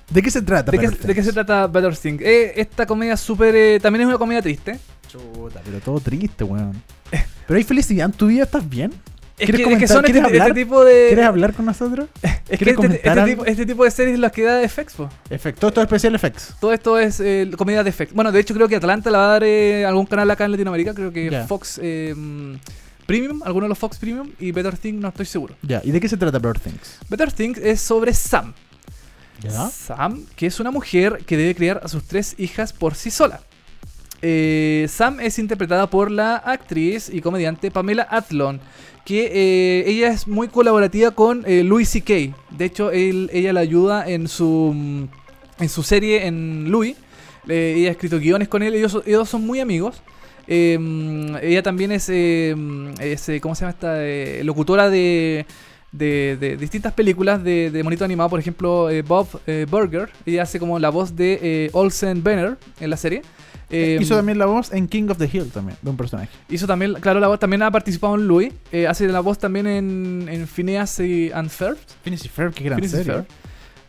S3: ¿De qué se trata?
S2: ¿De qué,
S3: Better
S2: de qué se
S3: Things?
S2: trata Better Things? Eh, esta comedia súper... eh, también es una comedia triste.
S3: Chuta, pero todo triste, weón. Pero hay felicidad en tu vida, ¿estás bien?
S2: Es
S3: ¿Quieres
S2: que, es que son
S3: comentar? ¿Quieres
S2: este, este
S3: hablar?
S2: tipo de...
S3: ¿Quieres hablar con nosotros?
S2: Es que
S3: Quiero
S2: este, este
S3: comentar algo.
S2: tipo, este tipo de series las que da de FX, po.
S3: Efecto, esto es especial effects.
S2: Todo esto es eh, comedia de FX. Bueno, de hecho creo que Atlanta la va a dar eh, algún canal acá en Latinoamérica. Creo que
S3: Ya.
S2: Fox eh, mm, Premium, alguno de los Fox Premium y Better Things, no estoy seguro.
S3: Ya, ¿y de qué se trata Bird Things?
S2: Better Things es sobre Sam.
S3: Ya.
S2: Sam, que es una mujer que debe criar a sus tres hijas por sí sola. Eh, Sam es interpretada por la actriz y comediante Pamela Atlon, que eh, ella es muy colaborativa con eh, Louis C.K. De hecho, él- ella la ayuda en su, mm, en su serie en Louis. Eh, ella ha escrito guiones con él, ellos, ellos son muy amigos. Eh, mm, ella también es, eh, mm, es, eh, ¿cómo se llama esta? Eh, locutora de, de, de distintas películas de, de monito animado, por ejemplo, eh, Bob eh, Burger. Ella hace como la voz de eh, Olsen Banner en la serie. Eh,
S3: Hizo también la voz en King of the Hill también, de un personaje.
S2: hizo también, claro, la voz también ha participado en Louis. Eh, hace la voz también en, en Phineas y and Ferb.
S3: Phineas y Ferb, qué gran
S2: Phineas y
S3: serie.
S2: Ferb.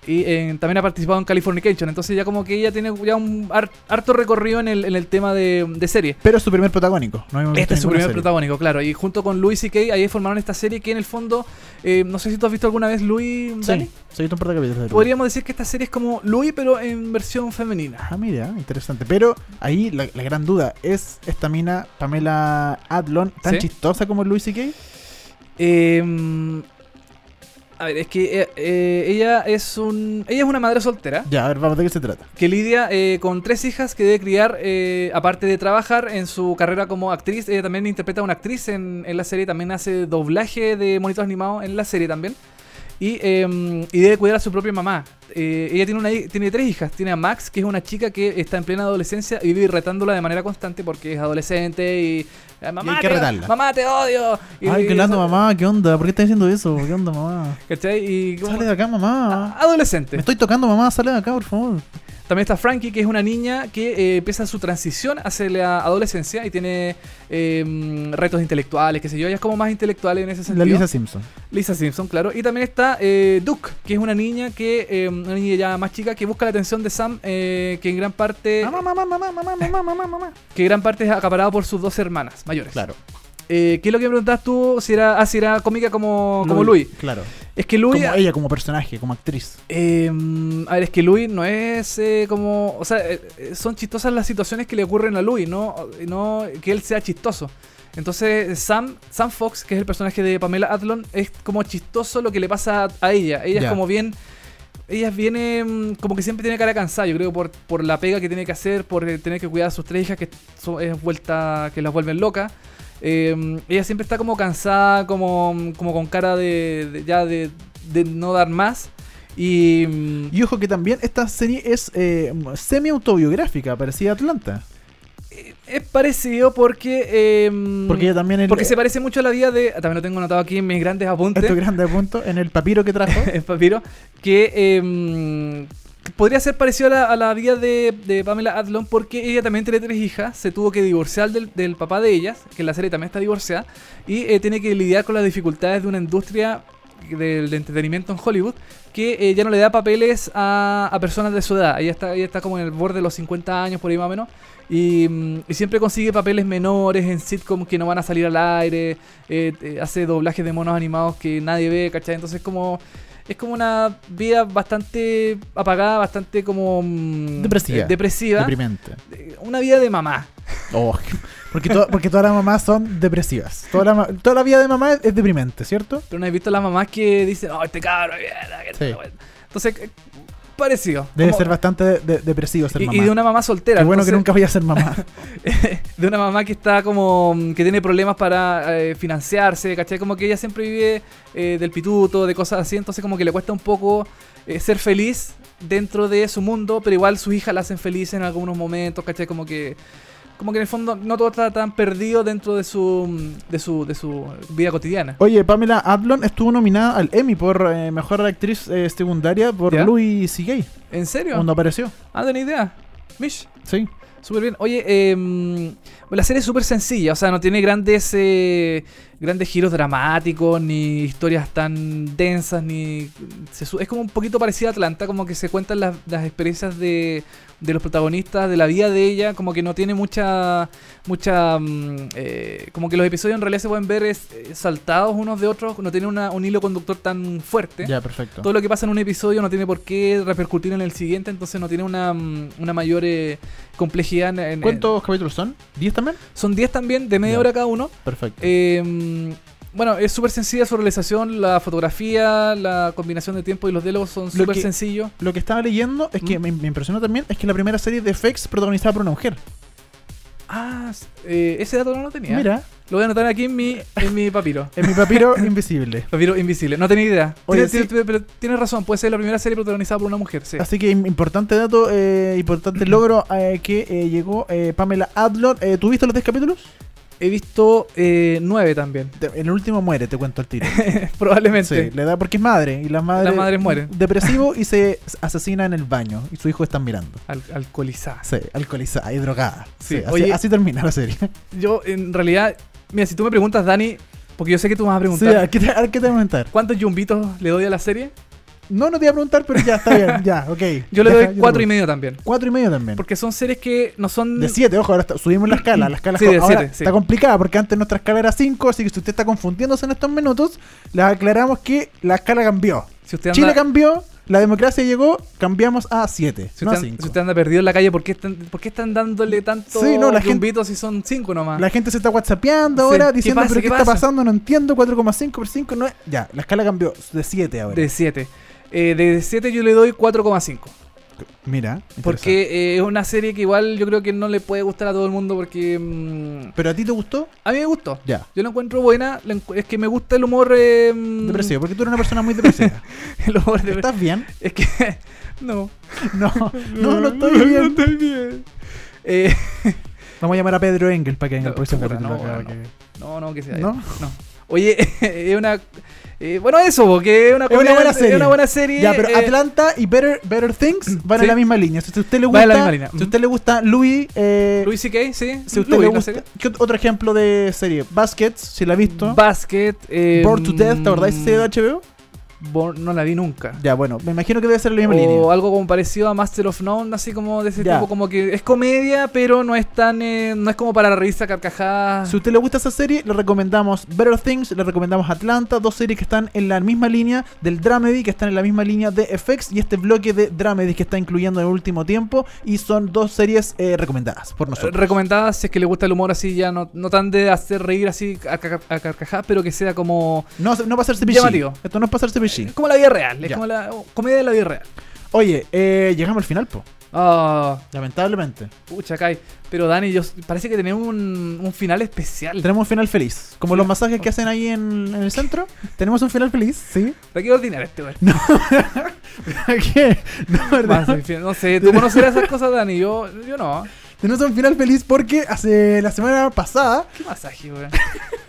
S2: Y eh, también ha participado en Californication. Entonces ya como que ella tiene ya un har- harto recorrido en el, en el tema de, de serie.
S3: Pero es su primer protagónico. No habíamos visto
S2: Este es su
S3: ninguna
S2: primer
S3: serie.
S2: protagónico, claro. Y junto con Louis y Kay, ahí formaron esta serie que en el fondo, eh, no sé si tú has visto alguna vez Louis, Dani.
S3: Sí, se ha visto un par de capítulos de
S2: Podríamos decir que esta serie es como Louis, pero en versión femenina.
S3: Ah, mira, interesante. Pero ahí la, la gran duda es esta mina Pamela Adlon tan
S2: Sí.
S3: chistosa como Louis C.K.
S2: Eh, a ver, es que eh, eh, ella es un. Ella es una madre soltera
S3: Ya, a ver, vamos de qué se trata.
S2: que lidia eh, con tres hijas que debe criar, eh, aparte de trabajar en su carrera como actriz. Ella también interpreta a una actriz en, en la serie, también hace doblaje de monitos animados en la serie también. Y, eh, y debe cuidar a su propia mamá. Eh, ella tiene, una, hi- tiene tres hijas. Tiene a Max, que es una chica que está en plena adolescencia y vive retándola de manera constante porque es adolescente y... eh, Mamá,
S3: hay que
S2: te-
S3: retarla".
S2: mamá, te odio. Y-
S3: Ay,
S2: y
S3: qué lando,
S2: eso,
S3: mamá, ¿qué onda? ¿Por qué estás haciendo eso? ¿Qué onda, mamá?
S2: ¿Cachai? Y como-
S3: Sale de acá, mamá.
S2: a- adolescente.
S3: Me estoy tocando, mamá, sale de acá, por favor.
S2: También está Frankie, que es una niña que eh, empieza su transición hacia la adolescencia y tiene eh, mm, retos intelectuales, qué sé yo. Ella es como más intelectual en ese
S3: La
S2: sentido.
S3: Lisa Simpson.
S2: Lisa Simpson, claro. Y también está eh, Duke, que es una niña que eh, una niña ya más chica que busca la atención de Sam, eh, que en gran parte
S3: Mamá, mamá, mamá, mamá, mamá, mamá, mamá.
S2: que en gran parte es acaparado por sus dos hermanas mayores.
S3: Claro.
S2: Eh, ¿Qué es lo que me preguntabas tú? Si era, ah, si era cómica como, como Louis.
S3: Claro.
S2: Es que Louis...
S3: Como ella, como personaje, como actriz.
S2: Eh, a ver, es que Louis no es eh, como. O sea, eh, eh, son chistosas las situaciones que le ocurren a Louis, no, no que él sea chistoso. Entonces, Sam, Sam Fox, que es el personaje de Pamela Adlon, es como chistoso lo que le pasa a, a ella. Ella
S3: Ya.
S2: es como bien. Ella viene mm, como que siempre tiene cara cansada, yo creo, por, por la pega que tiene que hacer, por eh, tener que cuidar a sus tres hijas que son- es vuelta que las vuelven locas. Eh, ella siempre está como cansada, como, como con cara de, de- ya de, de no dar más. Y mm,
S3: Y ojo que también esta serie es eh, semi-autobiográfica, parecida a Atlanta.
S2: es parecido porque. eh,
S3: Porque ella también... El,
S2: porque se parece mucho a la vida de. ah, También lo tengo anotado aquí en mis grandes apuntes.
S3: Esto es grande punto. En el papiro que trajo.
S2: en papiro. Que. eh, que Podría ser parecido a la, a la vida de, de Pamela Adlon porque ella también tiene tres hijas, se tuvo que divorciar del, del papá de ellas, que en la serie también está divorciada, y eh, tiene que lidiar con las dificultades de una industria del del entretenimiento en Hollywood que eh, ya no le da papeles a, a personas de su edad. Ella está, ella está como en el borde de los 50 años, por ahí más o menos. Y, mm, y siempre consigue papeles menores en sitcoms que no van a salir al aire. eh, eh, hace doblajes de monos animados que nadie ve, ¿cachai? Entonces como... Es como una vida bastante apagada, bastante como... mm,
S3: Depresiva.
S2: eh, depresiva.
S3: Deprimente.
S2: Eh, Una vida de mamá.
S3: Oh, porque, to- porque todas las mamás son depresivas. Toda la, ma- toda la vida de mamá es, es deprimente, ¿cierto?
S2: Pero no he visto las mamás que dicen, oh, este cabrón, mierda, que
S3: Sí.
S2: esta wea". Entonces, eh, parecido.
S3: Debe
S2: Como-
S3: ser bastante de- de- depresivo ser
S2: y,
S3: mamá.
S2: y de una mamá soltera.
S3: Qué bueno que
S2: entonces-
S3: nunca voy a ser mamá.
S2: de una mamá que está como mm, que tiene problemas para eh, financiarse, ¿cachai? Como que ella siempre vive eh, del pituto, de cosas así, entonces como que le cuesta un poco eh, ser feliz dentro de su mundo, pero igual sus hijas la hacen feliz en algunos momentos, ¿cachai? Como que como que en el fondo no todo está tan perdido dentro de su mm, de su de su vida cotidiana.
S3: Oye, Pamela Adlon estuvo nominada al Emmy por eh, Mejor Actriz eh, Secundaria por
S2: ¿Ya?
S3: Louis C.K.
S2: ¿En serio?
S3: cuando apareció.
S2: Ah, no tenía idea. Mish.
S3: Sí.
S2: Súper bien. Oye, eh, la serie es súper sencilla, o sea, no tiene grandes eh, grandes giros dramáticos, ni historias tan densas, ni... se su- es como un poquito parecida a Atlanta, como que se cuentan las, las experiencias de, de los protagonistas, de la vida de ella, como que no tiene mucha... mucha mm, eh, como que los episodios en realidad se pueden ver es- eh, saltados unos de otros, no tiene una- un hilo conductor tan fuerte.
S3: Ya, perfecto.
S2: Todo lo que pasa en un episodio no tiene por qué repercutir en el siguiente, entonces no tiene una, mm, una mayor eh, complejidad. En, en-
S3: ¿Cuántos capítulos son? ¿10 también?
S2: Son 10 también, de media
S3: Ya.
S2: hora cada uno.
S3: Perfecto.
S2: Eh, bueno, es súper sencilla su realización, la fotografía, la combinación de tiempo y los diálogos son súper
S3: que-
S2: sencillos.
S3: lo que estaba leyendo es
S2: Mm.
S3: que me, me impresionó también es que la primera serie de FX protagonizada por una mujer.
S2: Ah, s- eh, ese dato no lo tenía.
S3: Mira,
S2: Lo voy a anotar aquí en mi, en mi papiro.
S3: en mi papiro invisible.
S2: Papiro invisible, no tenía idea.
S3: Oye,
S2: Tienes,
S3: sí.
S2: tienes- pero tienes razón, puede ser la primera serie protagonizada por una mujer, sí.
S3: Así que im- importante dato, eh, importante logro eh, que eh, llegó eh, Pamela Adlon. Eh, ¿Tuviste los 10 capítulos?
S2: He visto eh, nueve también,
S3: Te- El último muere, te cuento el tiro.
S2: probablemente.
S3: Sí, le da porque es madre y las madres,
S2: Este, Las madres mueren.
S3: Depresivo y se asesina en el baño y su hijo está mirando.
S2: Al- alcoholizada.
S3: Sí, alcoholizada y drogada. Sí,
S2: Sí,
S3: así,
S2: oye-
S3: así termina la serie.
S2: Yo, en realidad, mira, si tú me preguntas, Dani, porque yo sé que tú me vas a
S3: Sí,
S2: preguntar,
S3: ¿a qué, te, a qué te voy a preguntar?
S2: ¿cuántos yumbitos le doy a la serie?
S3: No, no te voy a preguntar, pero ya está bien, ya, ok.
S2: Yo le
S3: Ya,
S2: doy
S3: yo te
S2: cuatro y
S3: pregunto.
S2: medio también.
S3: Cuatro y medio también.
S2: Porque son series que no son...
S3: De 7, ojo, ahora está- subimos la escala. La escala
S2: Sí,
S3: jo-
S2: de
S3: ahora
S2: siete, sí.
S3: está complicada porque antes nuestra escala era 5, así que si usted está confundiéndose en estos minutos, les aclaramos que la escala cambió.
S2: si usted
S3: Chile
S2: anda,
S3: cambió, la democracia llegó, cambiamos a 7,
S2: si usted,
S3: no a
S2: an-
S3: 5.
S2: si usted anda perdido en la calle, ¿por qué están, por qué están dándole tanto
S3: Sí, no, la gente-
S2: yumbitos si son cinco nomás?
S3: La gente se está whatsappeando
S2: Sí,
S3: ahora
S2: ¿qué
S3: diciendo,
S2: pasa?
S3: pero ¿qué,
S2: ¿Qué
S3: está
S2: pasa?
S3: pasando? No entiendo, 4,5 por 5 no es... Ya, la escala cambió de 7 ahora.
S2: De siete. Eh, de siete yo le doy 4,5.
S3: Mira, interesante.
S2: Porque eh, es una serie que igual yo creo que no le puede gustar a todo el mundo porque... mm,
S3: ¿Pero a ti te gustó?
S2: a mí me gustó.
S3: Ya.
S2: Yo la encuentro buena. la encu- es que me gusta el humor... eh, mm,
S3: Depresivo, porque tú eres una persona muy depresiva.
S2: el humor de-
S3: ¿Estás bien?
S2: Es que... No.
S3: No, no, no estoy
S2: No
S3: bien.
S2: estoy bien. Eh,
S3: Vamos a llamar a Pedro Engel para que venga el
S2: No,
S3: próximo
S2: puta,
S3: capítulo.
S2: no,
S3: acá,
S2: no.
S3: que-
S2: no, no, que sea.
S3: ¿No?
S2: ¿No? no. Oye, es una. eh, bueno, eso, porque es una,
S3: Es una buena
S2: es
S3: serie.
S2: una buena serie.
S3: Ya, pero
S2: eh,
S3: Atlanta y Better, Better Things van
S2: Sí.
S3: en la misma línea. Si a usted le
S2: Van
S3: gusta,
S2: en la misma línea.
S3: si a usted le gusta Louis, eh,
S2: Louis C.K., sí.
S3: si a usted
S2: Louis, la
S3: le gusta,
S2: serie.
S3: ¿qué ot- otro ejemplo de serie? Baskets, si la ha visto.
S2: Basket. eh, mm,
S3: Born to Death, ¿te acordás de
S2: em,
S3: ese de HBO?
S2: Born- no la vi nunca.
S3: Ya, bueno, me imagino que debe ser la misma
S2: O
S3: línea.
S2: algo como parecido a Master of None, así como de ese
S3: Ya.
S2: tipo, como que es comedia, pero no es tan. eh, no es como para reírse a carcajadas.
S3: Si a usted le gusta esa serie, le recomendamos Better Things, le recomendamos Atlanta, dos series que están en la misma línea del Dramedy, que están en la misma línea de FX y este bloque de Dramedy que está incluyendo en el último tiempo y son dos series eh, recomendadas por nosotros.
S2: recomendada si es que le gusta el humor así, ya no, no tan de hacer reír así a, ca- a carcajadas, pero que sea como.
S3: No, no va a ser
S2: Llamativo. Eh,
S3: CPG. Esto no es para ser CPG.
S2: Es como la vida real, es
S3: Ya.
S2: como la oh, comedia de la vida real.
S3: Oye, eh, llegamos al final, po.
S2: Ah,
S3: Lamentablemente.
S2: pucha, Kai. Pero Dani, yo, parece que tenemos un, un final especial.
S3: Tenemos un final feliz. Como los masajes que hacen ahí en, en el centro. Tenemos un final feliz, sí.
S2: ¿Para qué ordinar este güey?
S3: ¿Qué? No,
S2: Más,
S3: ¿verdad?
S2: en fin, No sé, tú conocerás esas cosas, Dani. Yo, yo no.
S3: Tenemos un final feliz porque hace la semana pasada.
S2: ¿Qué masaje, güey?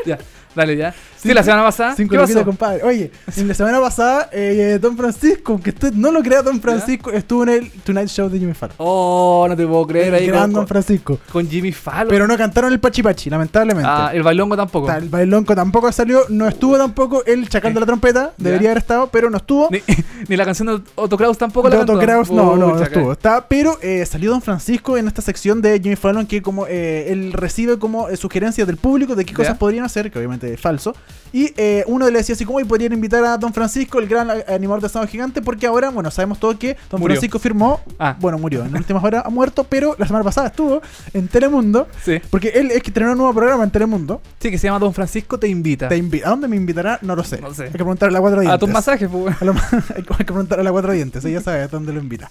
S2: ya, dale, ya. Sí, la semana pasada.
S3: Cinco
S2: ¿Qué
S3: loquitos,
S2: pasó?
S3: compadre. Oye, en la semana pasada, eh, Don Francisco, que usted no lo crea, Don Francisco, estuvo en el Tonight Show de Jimmy Fallon.
S2: Oh, no te puedo creer ahí
S3: El gran
S2: con,
S3: Don
S2: con,
S3: Francisco.
S2: con Jimmy Fallon.
S3: Pero no cantaron el Pachi Pachi, lamentablemente.
S2: ah, el bailongo tampoco.
S3: Está, El bailonco tampoco salió, no estuvo tampoco el chacal de la trompeta, debería haber estado, pero no estuvo.
S2: Ni, ni la canción de Otto Kraus tampoco
S3: De
S2: la
S3: Otto
S2: cantó.
S3: Kraus, no, no, no
S2: Pucha, Kai.
S3: estuvo. Está, pero eh, salió Don Francisco en esta sección de Jimmy Fallon que como eh, él recibe como eh, sugerencias del público de qué cosas
S2: Ya.
S3: podrían hacer, que obviamente es falso. Y eh, uno le decía así como, y podrían invitar a Don Francisco, el gran eh, animador de Sábado Gigante, porque ahora, bueno, sabemos todos que Don
S2: Murió.
S3: Francisco firmó,
S2: Ah.
S3: bueno, murió, en las últimas horas ha muerto, pero la semana pasada estuvo en Telemundo,
S2: Sí.
S3: porque él es que estrenó un nuevo programa en Telemundo.
S2: sí, que se llama Don Francisco Te Invita.
S3: Te invi- ¿A dónde me invitará? No lo sé.
S2: No sé.
S3: Hay que preguntarle a cuatro
S2: a
S3: dientes.
S2: tus masajes, pues. güey.
S3: A lo- hay que preguntar a la cuatro dientes, ella sabe a dónde lo invita.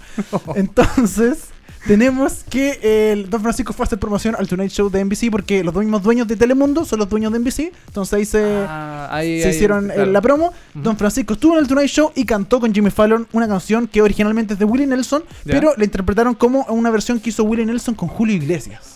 S3: Entonces, tenemos que el Don Francisco fue a hacer promoción al Tonight Show de NBC porque los mismos dueños de Telemundo son los dueños de NBC. Entonces ahí se,
S2: Ah, ahí-
S3: Eh, se
S2: ahí,
S3: hicieron eh,
S2: claro.
S3: la promo. Don Francisco estuvo en el Tonight Show y cantó con Jimmy Fallon una canción que originalmente es de Willie Nelson,
S2: Ya.
S3: pero la interpretaron como una versión que hizo Willie Nelson con Julio Iglesias.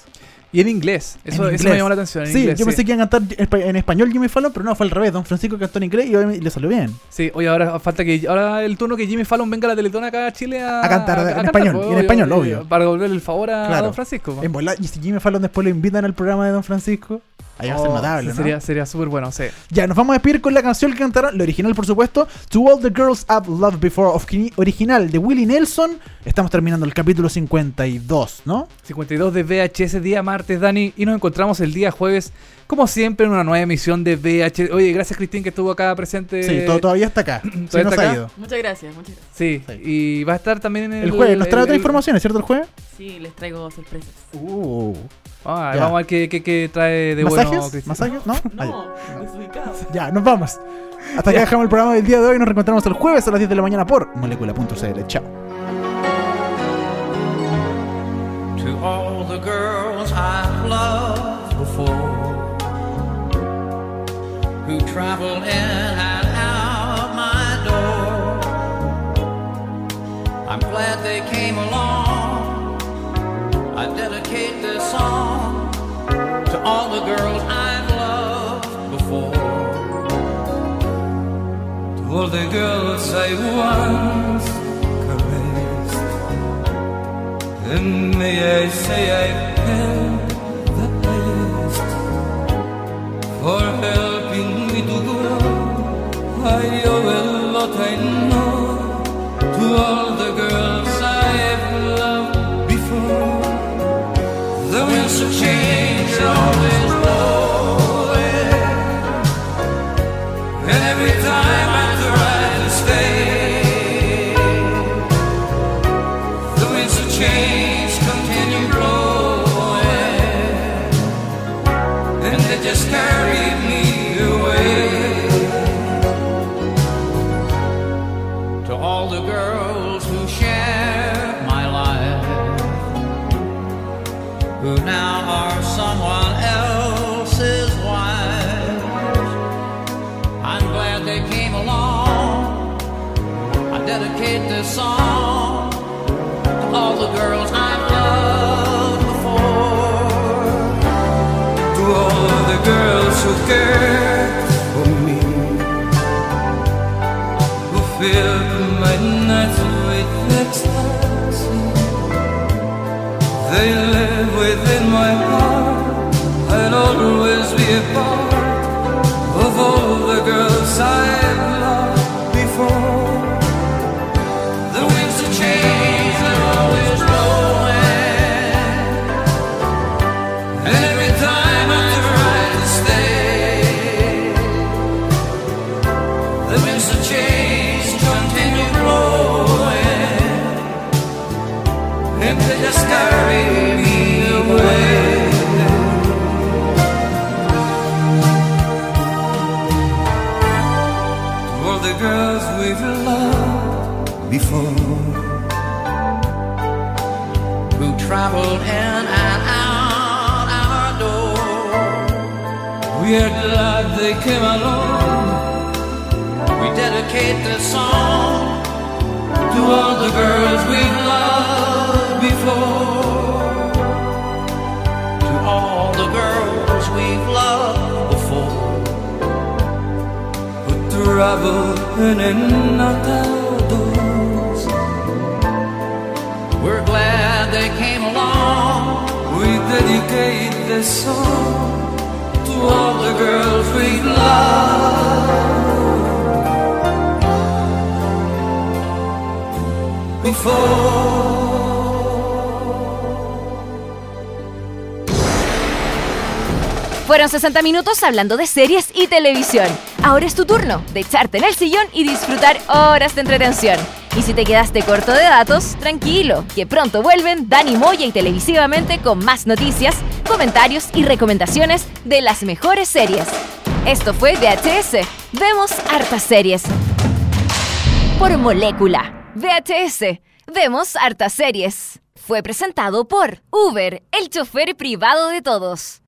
S2: Y en inglés. Eso,
S3: En
S2: eso
S3: inglés.
S2: me llamó la atención. En
S3: sí,
S2: inglés,
S3: yo
S2: sí.
S3: pensé que iban a cantar espa- en español Jimmy Fallon, pero no, fue al revés. Don Francisco cantó en inglés y obviamente le salió bien.
S2: Sí, oye, ahora falta que. Ahora el turno que Jimmy Fallon venga a la Teletón acá a Chile a.
S3: A cantar en español,
S2: pues,
S3: y en español, obvio.
S2: Para devolverle el favor a
S3: Claro.
S2: Don Francisco. pues.
S3: En volá- y si Jimmy Fallon después lo invitan al programa de Don Francisco, ahí va a ser
S2: Oh,
S3: notable,
S2: sí,
S3: ¿no?
S2: Sería, sería súper bueno, sí.
S3: Ya, nos vamos a despedir con la canción que cantaron, la original por supuesto, To All the Girls I've Loved Before, of- original de Willie Nelson. Estamos terminando el capítulo 52, ¿no?
S2: 52 de VHS, día martes, Dani. Y nos encontramos el día jueves, como siempre, en una nueva emisión de VHS. Oye, gracias, Cristín, que estuvo acá presente.
S3: Sí, todo, todavía está acá. Sí,
S2: Eh, ¿todavía
S3: nos
S2: está
S3: ha
S2: acá?
S3: ido.
S4: Muchas gracias, muchas gracias.
S2: Sí,
S3: Sí.
S2: y va a estar también en el.
S3: El jueves, nos trae
S2: el-
S3: otras
S2: el-
S3: informaciones, ¿cierto? El jueves.
S4: Sí, les traigo sorpresas.
S3: Uh,
S2: Ah,
S3: Ya.
S2: vamos a ver qué, qué- qué trae de
S3: ¿Masajes?
S2: bueno, Cristín.
S3: ¿Masajes? ¿No? Ahí.
S4: No, desubicado.
S3: Ya, nos vamos. Hasta acá dejamos el programa del día de hoy. Nos reencontramos el jueves a las 10 de la mañana por molecula.cl. Chao.
S5: to all the girls I've loved before who travel in and out my door. I'm glad they came along. I dedicate this song to all the girls I've loved before. To all the girls I once caressed. And may I say I felt the best for helping me to grow. I owe a lot I know to all the girls I've loved before. The winds of change are always blowing, and every time I try to stay. The winds of change continue blowing, and they just carried me away. To all the girls who shared my life, who now are someone else's wives, I'm glad they came along. I dedicate this song all the girls I've loved before. To all of the girls who cared for me, who filled my nights with ecstasy. They live within my heart, I'll always be a part of all the girls I've loved before. The winds of change are always blowing, and every time I try to stay, the winds of change continue blowing, and they just carry me away. For the girls we've loved before who traveled in and out our door. We are glad they came along. We dedicate this song to all the girls we've loved before, to all the girls we've loved before who travel in and out our doors. We're glad they came along. We dedicate this song to all the girls we love. Before.
S1: Fueron 60 minutos hablando de series y televisión. Ahora es tu turno de echarte en el sillón y disfrutar horas de entretención. Y si te quedaste corto de datos, tranquilo, que pronto vuelven Dani Moya y televisivamente con más noticias, comentarios y recomendaciones de las mejores series. Esto fue VHS. Vemos hartas series. Por molécula. VHS. Vemos hartas series. Fue presentado por Uber, el chofer privado de todos.